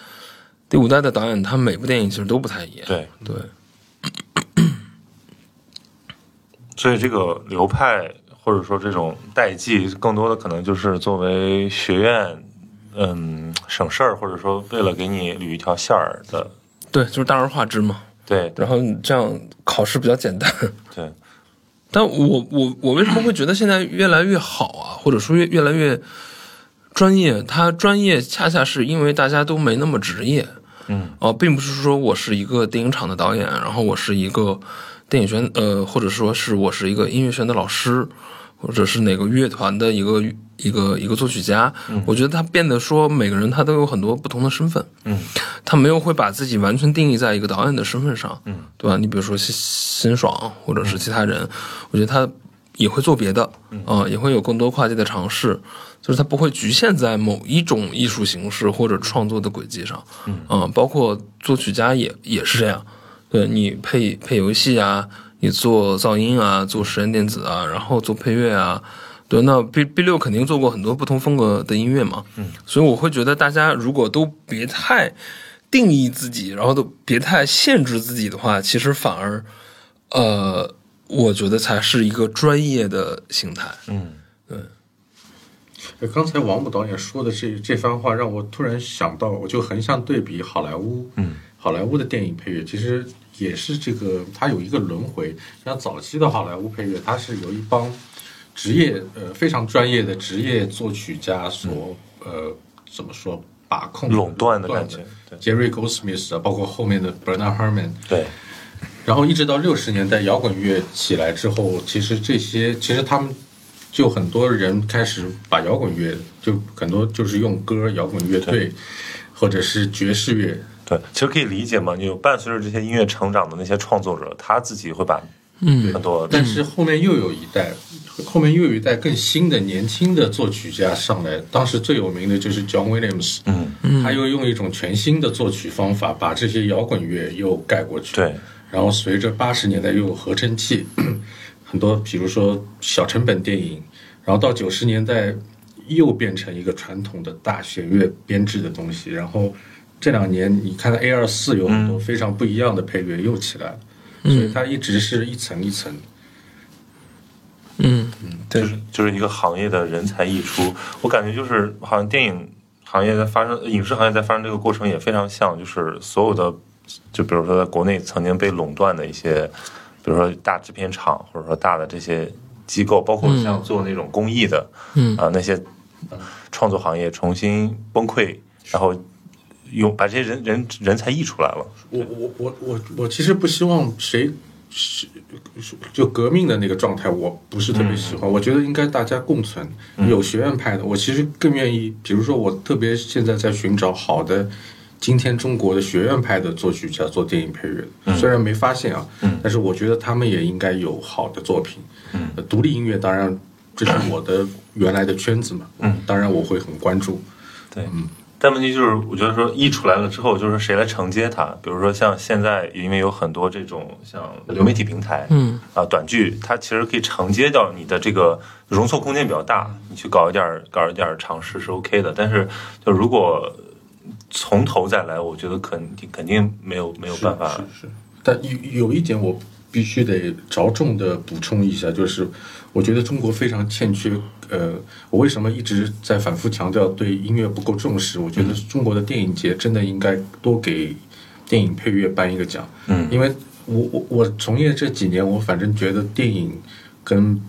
S2: 第五代的导演，他每部电影其实都不太一样。
S1: 对，
S2: 对，
S1: 所以这个流派或者说这种代际，更多的可能就是作为学院，嗯，省事儿，或者说为了给你捋一条线儿的，
S2: 对，就是大而化之嘛。
S1: 对
S2: 然后你这样考试比较简单。
S1: 对，
S2: 但我我我为什么会觉得现在越来越好啊，或者说越越来越专业？它专业恰恰是因为大家都没那么职业。
S1: 嗯，
S2: 哦、并不是说我是一个电影厂的导演，然后我是一个电影学呃，或者说是我是一个音乐学院的老师，或者是哪个乐团的一个一个一个作曲家。我觉得他变得说每个人他都有很多不同的身份。
S1: 嗯，
S2: 他没有会把自己完全定义在一个导演的身份上。
S1: 嗯，
S2: 对吧？你比如说辛辛爽或者是其他人，我觉得他也会做别的，啊、也会有更多跨界的尝试。就是他不会局限在某一种艺术形式或者创作的轨迹上，嗯、包括作曲家也也是这样，对你配配游戏啊，你做噪音啊，做实验电子啊，然后做配乐啊，对，那 B B 六肯定做过很多不同风格的音乐嘛，嗯，所以我会觉得大家如果都别太定义自己，然后都别太限制自己的话，其实反而，呃，我觉得才是一个专业的形态，
S1: 嗯
S3: 呃刚才王武导演说的这这番话，让我突然想到，我就横向对比好莱坞，
S1: 嗯，
S3: 好莱坞的电影配乐其实也是这个，它有一个轮回。像早期的好莱坞配乐，它是由一帮职业呃非常专业的职业作曲家所、呃怎么说把控
S1: 嗯垄断的感觉对
S3: 杰瑞· Goldsmith 啊，包括后面的 Bernard Herrmann，
S1: 对，
S3: 然后一直到六十年代摇滚乐起来之后，其实这些其实他们就很多人开始把摇滚乐就很多就是用歌摇滚乐队或者是爵士乐，
S1: 对，其实可以理解嘛，你有伴随着这些音乐成长的那些创作者，他自己会把
S2: 嗯
S1: 很多
S3: 但是后面又有一代，后面又有一代更新的年轻的作曲家上来，当时最有名的就是 John Williams，
S1: 嗯，
S3: 他又用一种全新的作曲方法把这些摇滚乐又盖过去，
S1: 对，
S3: 然后随着八十年代又有合成器， 很多比如说小成本电影，然后到九十年代又变成一个传统的大弦乐编制的东西，然后这两年你看 A 二四有很多非常不一样的配乐又起来了，所以它一直是一层一层。
S2: 嗯，
S1: 就
S2: 对
S1: 是就是一个行业的人才溢出。我感觉就是好像电影行业在发生，影视行业在发生这个过程也非常像，就是所有的，就比如说在国内曾经被垄断的一些，比如说大制片厂或者说大的这些机构，包括像做那种公益的，
S2: 嗯
S1: 啊、那些创作行业重新崩溃，然后用把这些人人人才溢出来了。
S3: 我我我我我其实不希望谁是就革命的那个状态，我不是特别喜欢。我觉得应该大家共存，有学院派的，我其实更愿意，比如说我特别现在在寻找好的。今天中国的学院派的作曲家做电影配乐，虽然没发现啊，但是我觉得他们也应该有好的作品。呃独立音乐当然这是我的原来的圈子嘛，当然我会很关注。
S1: 对，但问题就是，我觉得说一出来了之后，就是谁来承接它？比如说像现在，因为有很多这种像流媒体平台，
S2: 嗯
S1: 啊，短剧，它其实可以承接到你的这个容错空间比较大，你去搞一点儿搞一点儿尝试是 OK 的。但是，就如果从头再来，我觉得肯定肯定没有没有办法。
S3: 是是，但有有一点我必须得着重的补充一下，就是我觉得中国非常欠缺。呃，我为什么一直在反复强调对音乐不够重视？我觉得中国的电影节真的应该多给电影配乐颁一个奖。
S1: 嗯
S3: 因为我我我从业这几年，我反正觉得电影跟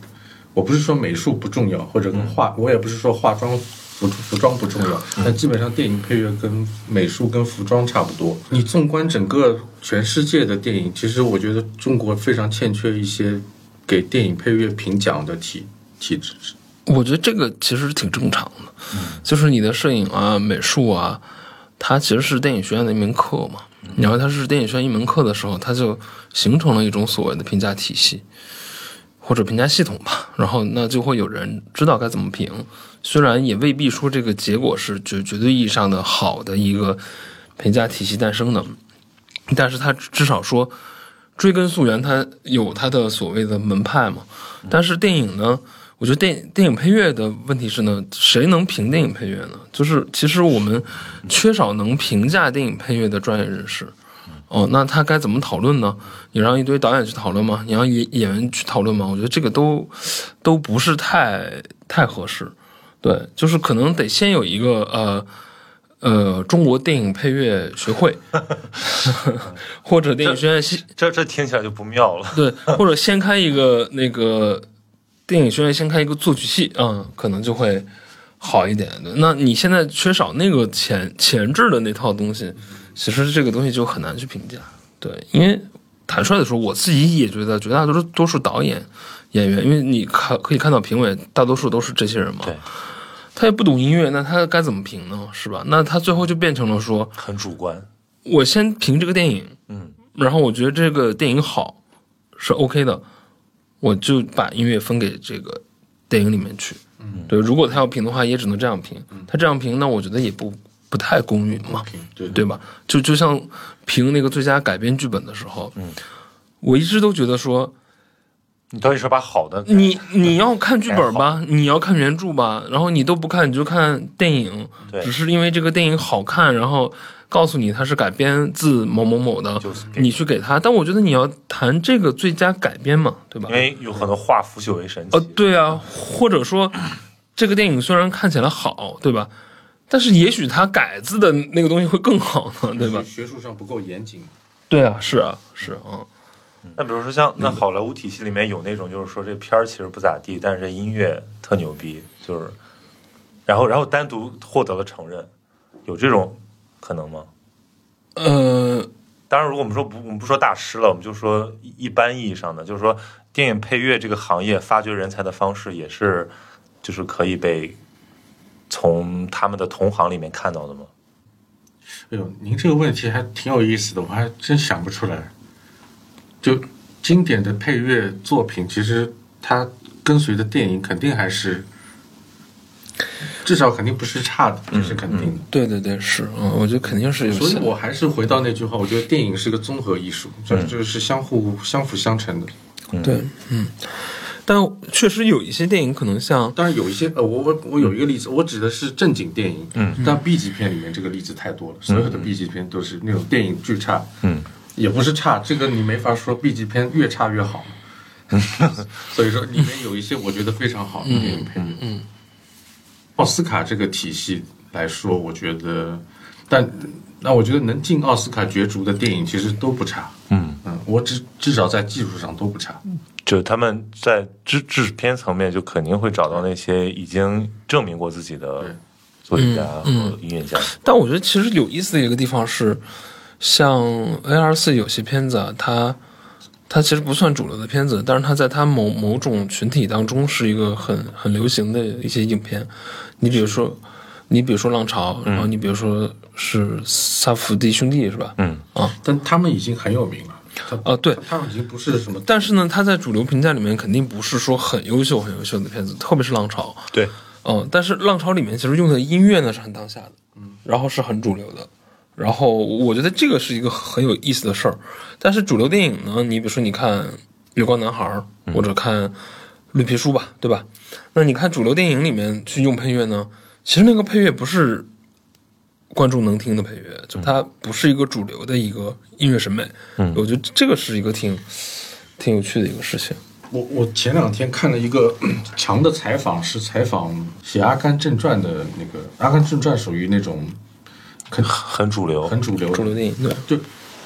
S3: 我不是说美术不重要，或者跟化，我也不是说化妆服服装不重要，但基本上电影配乐跟美术跟服装差不多。你纵观整个全世界的电影，其实我觉得中国非常欠缺一些给电影配乐评奖的体体制。
S2: 我觉得这个其实挺正常的，就是你的摄影啊、美术啊，它其实是电影学院的一门课嘛。然后它是电影学院一门课的时候，它就形成了一种所谓的评价体系或者评价系统吧。然后那就会有人知道该怎么评，虽然也未必说这个结果是绝绝对意义上的好的一个评价体系诞生的，但是它至少说追根溯源，它有它的所谓的门派嘛。但是电影呢，我觉得电电影配乐的问题是呢，谁能评电影配乐呢？就是其实我们缺少能评价电影配乐的专业人士。哦，那他该怎么讨论呢？你让一堆导演去讨论吗？你让演演员去讨论吗？我觉得这个都都不是太太合适。对，就是可能得先有一个呃呃中国电影配乐学会， 或者电影学院系
S1: 这这听起来就不妙了。
S2: 对，或者先开一个那个电影学院，先开一个作曲系，嗯，可能就会好一点。对，那你现在缺少那个前前置的那套东西，其实这个东西就很难去评价。对，因为坦率的说，我自己也觉得绝大多数多数导演、演员，因为你看可以看到评委大多数都是这些人嘛，
S1: 对，
S2: 他也不懂音乐，那他该怎么评呢？是吧？那他最后就变成了说，
S1: 很主观。
S2: 我先评这个电影，
S1: 嗯，
S2: 然后我觉得这个电影好是 OK 的，我就把音乐分给这个电影里面去。嗯，对，如果他要评的话，也只能这样评。他这样评，那我觉得也不不太公允嘛，
S3: 对
S2: 对吧？就就像评那个最佳改编剧本的时候，嗯，我一直都觉得说，
S1: 你到底是把好的
S2: 你你要看剧本吧，你要看原著吧，然后你都不看，你就看电影，
S1: 对
S2: 只是因为这个电影好看，然后告诉你它是改编自某某某的，
S1: 就是给
S2: 你去给他。但我觉得你要谈这个最佳改编嘛，对吧
S1: 因？为有很多化腐朽为神奇。
S2: 呃，对啊，或者说这个电影虽然看起来好，对吧？但是也许它改自的那个东西会更好呢， 对吧？
S3: 学术上不够严谨。
S2: 对啊，是啊，是啊，
S1: 那比如说像那好莱坞体系里面有那种，就是说这片儿其实不咋地，但是这音乐特牛逼，就是，然后然后单独获得了承认，有这种可能吗？
S2: 呃，
S1: 当然，如果我们说不，我们不说大师了，我们就说一般意义上的，就是说电影配乐这个行业发掘人才的方式，也是就是可以被从他们的同行里面看到的吗？
S3: 哎呦，您这个问题还挺有意思的，我还真想不出来。就经典的配乐作品，其实它跟随的电影肯定还是，至少肯定不是差的，这是肯定的。
S2: 对对对，是，嗯，我觉得肯定是有
S3: 所以
S2: 些，
S3: 我还是回到那句话，我觉得电影是个综合艺术，这这是相互相辅相成的。
S2: 对，嗯，但确实有一些电影可能像
S3: 当然有一些呃，我我我有一个例
S1: 嗯
S3: 子，我指的是正经电影，嗯，但 B 级片里面这个例子太多了，所有的 B 级片都是那种电影巨差，
S1: 嗯，
S3: 也不是差，这个你没法说 B 级片越差越好， 所以说
S1: 嗯
S3: 里面有一些我觉得非常好的电影配乐，嗯，奥斯卡这个体系来说，我觉得，但那我觉得能进奥斯卡角逐的电影其实都不差。
S1: 嗯
S3: 嗯，我至至少在技术上都不差。
S1: 就他们在制制片层面，就肯定会找到那些已经证明过自己的作曲家和音乐家。
S2: 但我觉得其实有意思的一个地方是，像 AR 四有些片子啊，它它其实不算主流的片子，但是它在它某某种群体当中是一个很很流行的一些影片。你比如说，你比如说《浪潮》，然后你比如说是萨福迪兄弟是吧？
S1: 嗯
S2: 啊，
S3: 但他们已经很有名了。他
S2: 哦对
S3: 他们已经不是什么，
S2: 但是呢，它在主流评价里面肯定不是说很优秀很优秀的片子，特别是《浪潮》。
S1: 对，
S2: 嗯，但是浪潮里面其实用的音乐呢是很当下的，嗯，然后是很主流的，然后我觉得这个是一个很有意思的事儿。但是主流电影呢，你比如说你看《月光男孩》或者看《绿皮书》吧，对吧？那你看主流电影里面去用配乐呢，其实那个配乐不是观众能听的配乐，就它不是一个主流的一个音乐审美。嗯，我觉得这个是一个挺挺有趣的一个事情。
S3: 我我前两天看了一个 长的采访，是采访写《阿甘正传》的那个，《阿甘正传》属于那种很
S1: 很主流。
S3: 很主流，
S2: 主流电影对，
S3: 就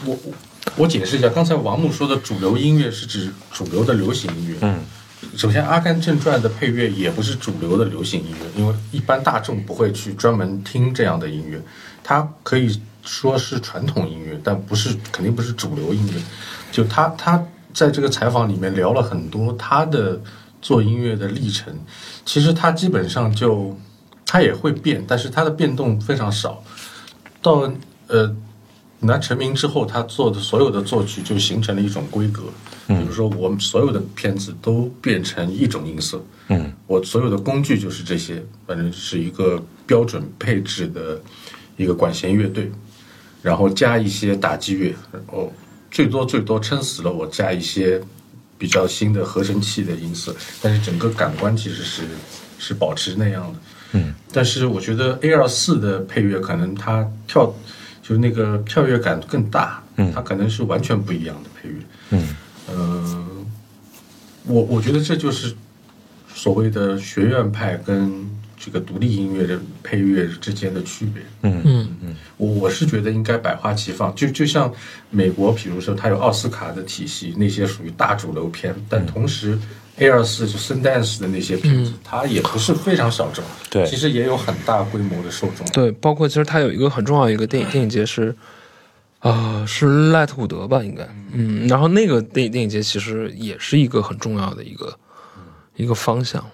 S3: 我我我解释一下，刚才王牧说的主流音乐是指主流的流行音乐。嗯，首先，《阿甘正传》的配乐也不是主流的流行音乐，因为一般大众不会去专门听这样的音乐。它可以说是传统音乐，但不是肯定不是主流音乐。就他他在这个采访里面聊了很多他的做音乐的历程，其实他基本上就他也会变，但是他的变动非常少。到呃，那成名之后，他做的所有的作曲就形成了一种规格。比如说，我们所有的片子都变成一种音色。
S1: 嗯，
S3: 我所有的工具就是这些，反正是一个标准配置的一个管弦乐队，然后加一些打击乐，然后最多最多撑死了我加一些比较新的合成器的音色，但是整个感官其实是是保持那样的。但是我觉得 A 二四的配乐可能它跳就是那个跳跃感更大，嗯，它可能是完全不一样的配乐，
S1: 嗯，
S3: 呃，我我觉得这就是所谓的学院派跟这个独立音乐的配乐之间的区别，
S2: 嗯
S3: 我我是觉得应该百花齐放，就就像美国，比如说它有奥斯卡的体系，那些属于大主流片，
S1: 嗯
S3: 但同时 A 二四就 Sundance 的那些片子，它也不是非常小众，
S1: 对
S3: 其实也有很大规模的受众。
S2: 对，包括其实它有一个很重要的一个电影电影节是，啊、是赖特伍德吧，应该，嗯，然后那个电影电影节其实也是一个很重要的一个一个方向，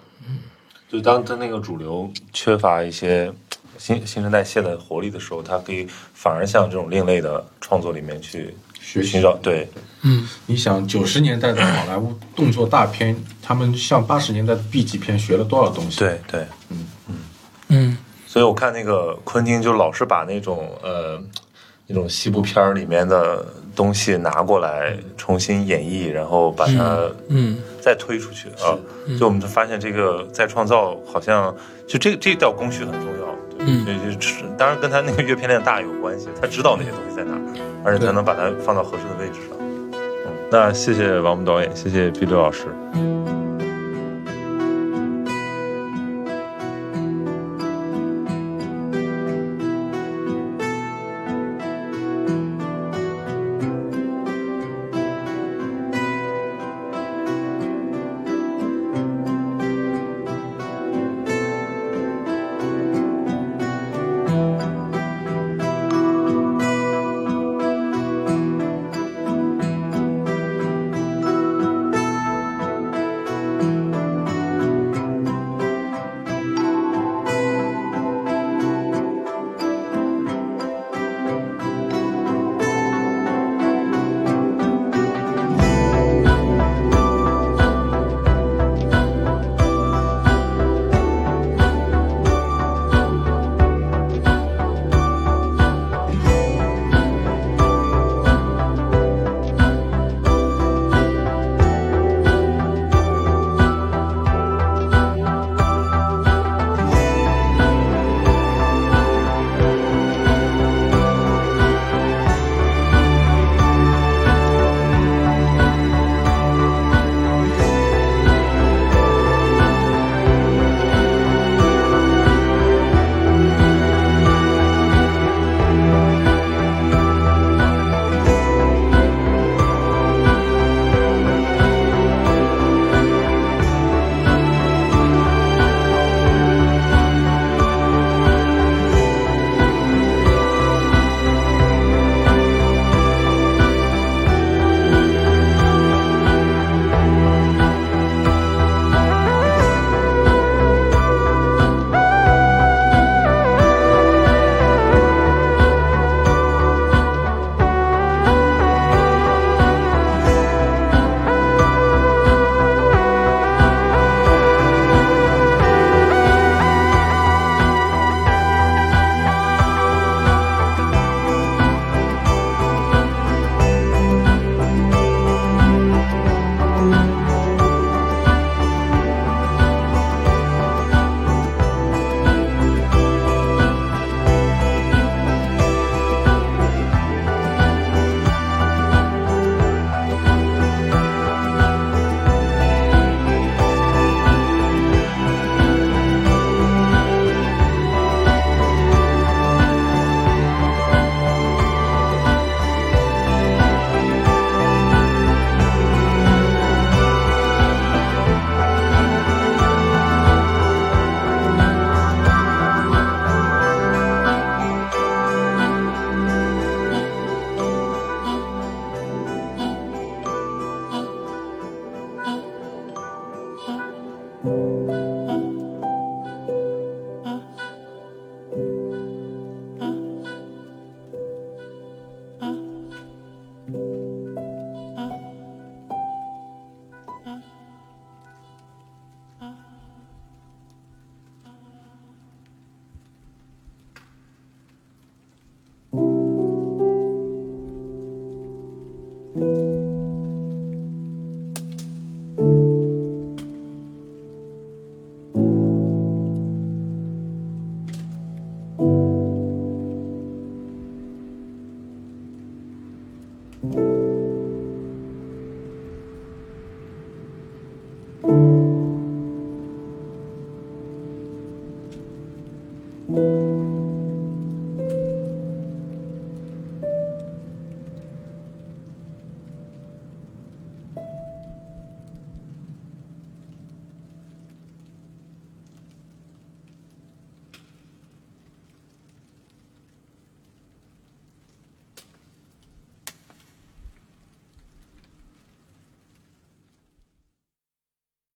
S1: 就当他那个主流缺乏一些新新陈代谢的活力的时候，他可以反而向这种另类的创作里面去
S3: 学习
S1: 寻找。对，
S2: 嗯，
S3: 你想九十年代的好莱坞动作大片，他们向八十年代的 B 级片学了多少东西？
S1: 对，对。
S2: 嗯，
S1: 所以我看那个昆汀就老是把那种呃那种西部片儿里面的东西拿过来重新演绎，然后把它
S2: 嗯
S1: 再推出去啊。就我们就发现这个再创造好像就这这道工序很重要。对
S2: 嗯
S1: 所以就是当然跟他那个阅片量大有关系，他知道那些东西在哪儿，而且他能把它放到合适的位置上。嗯，那谢谢王木导演，谢谢毕六老师。见。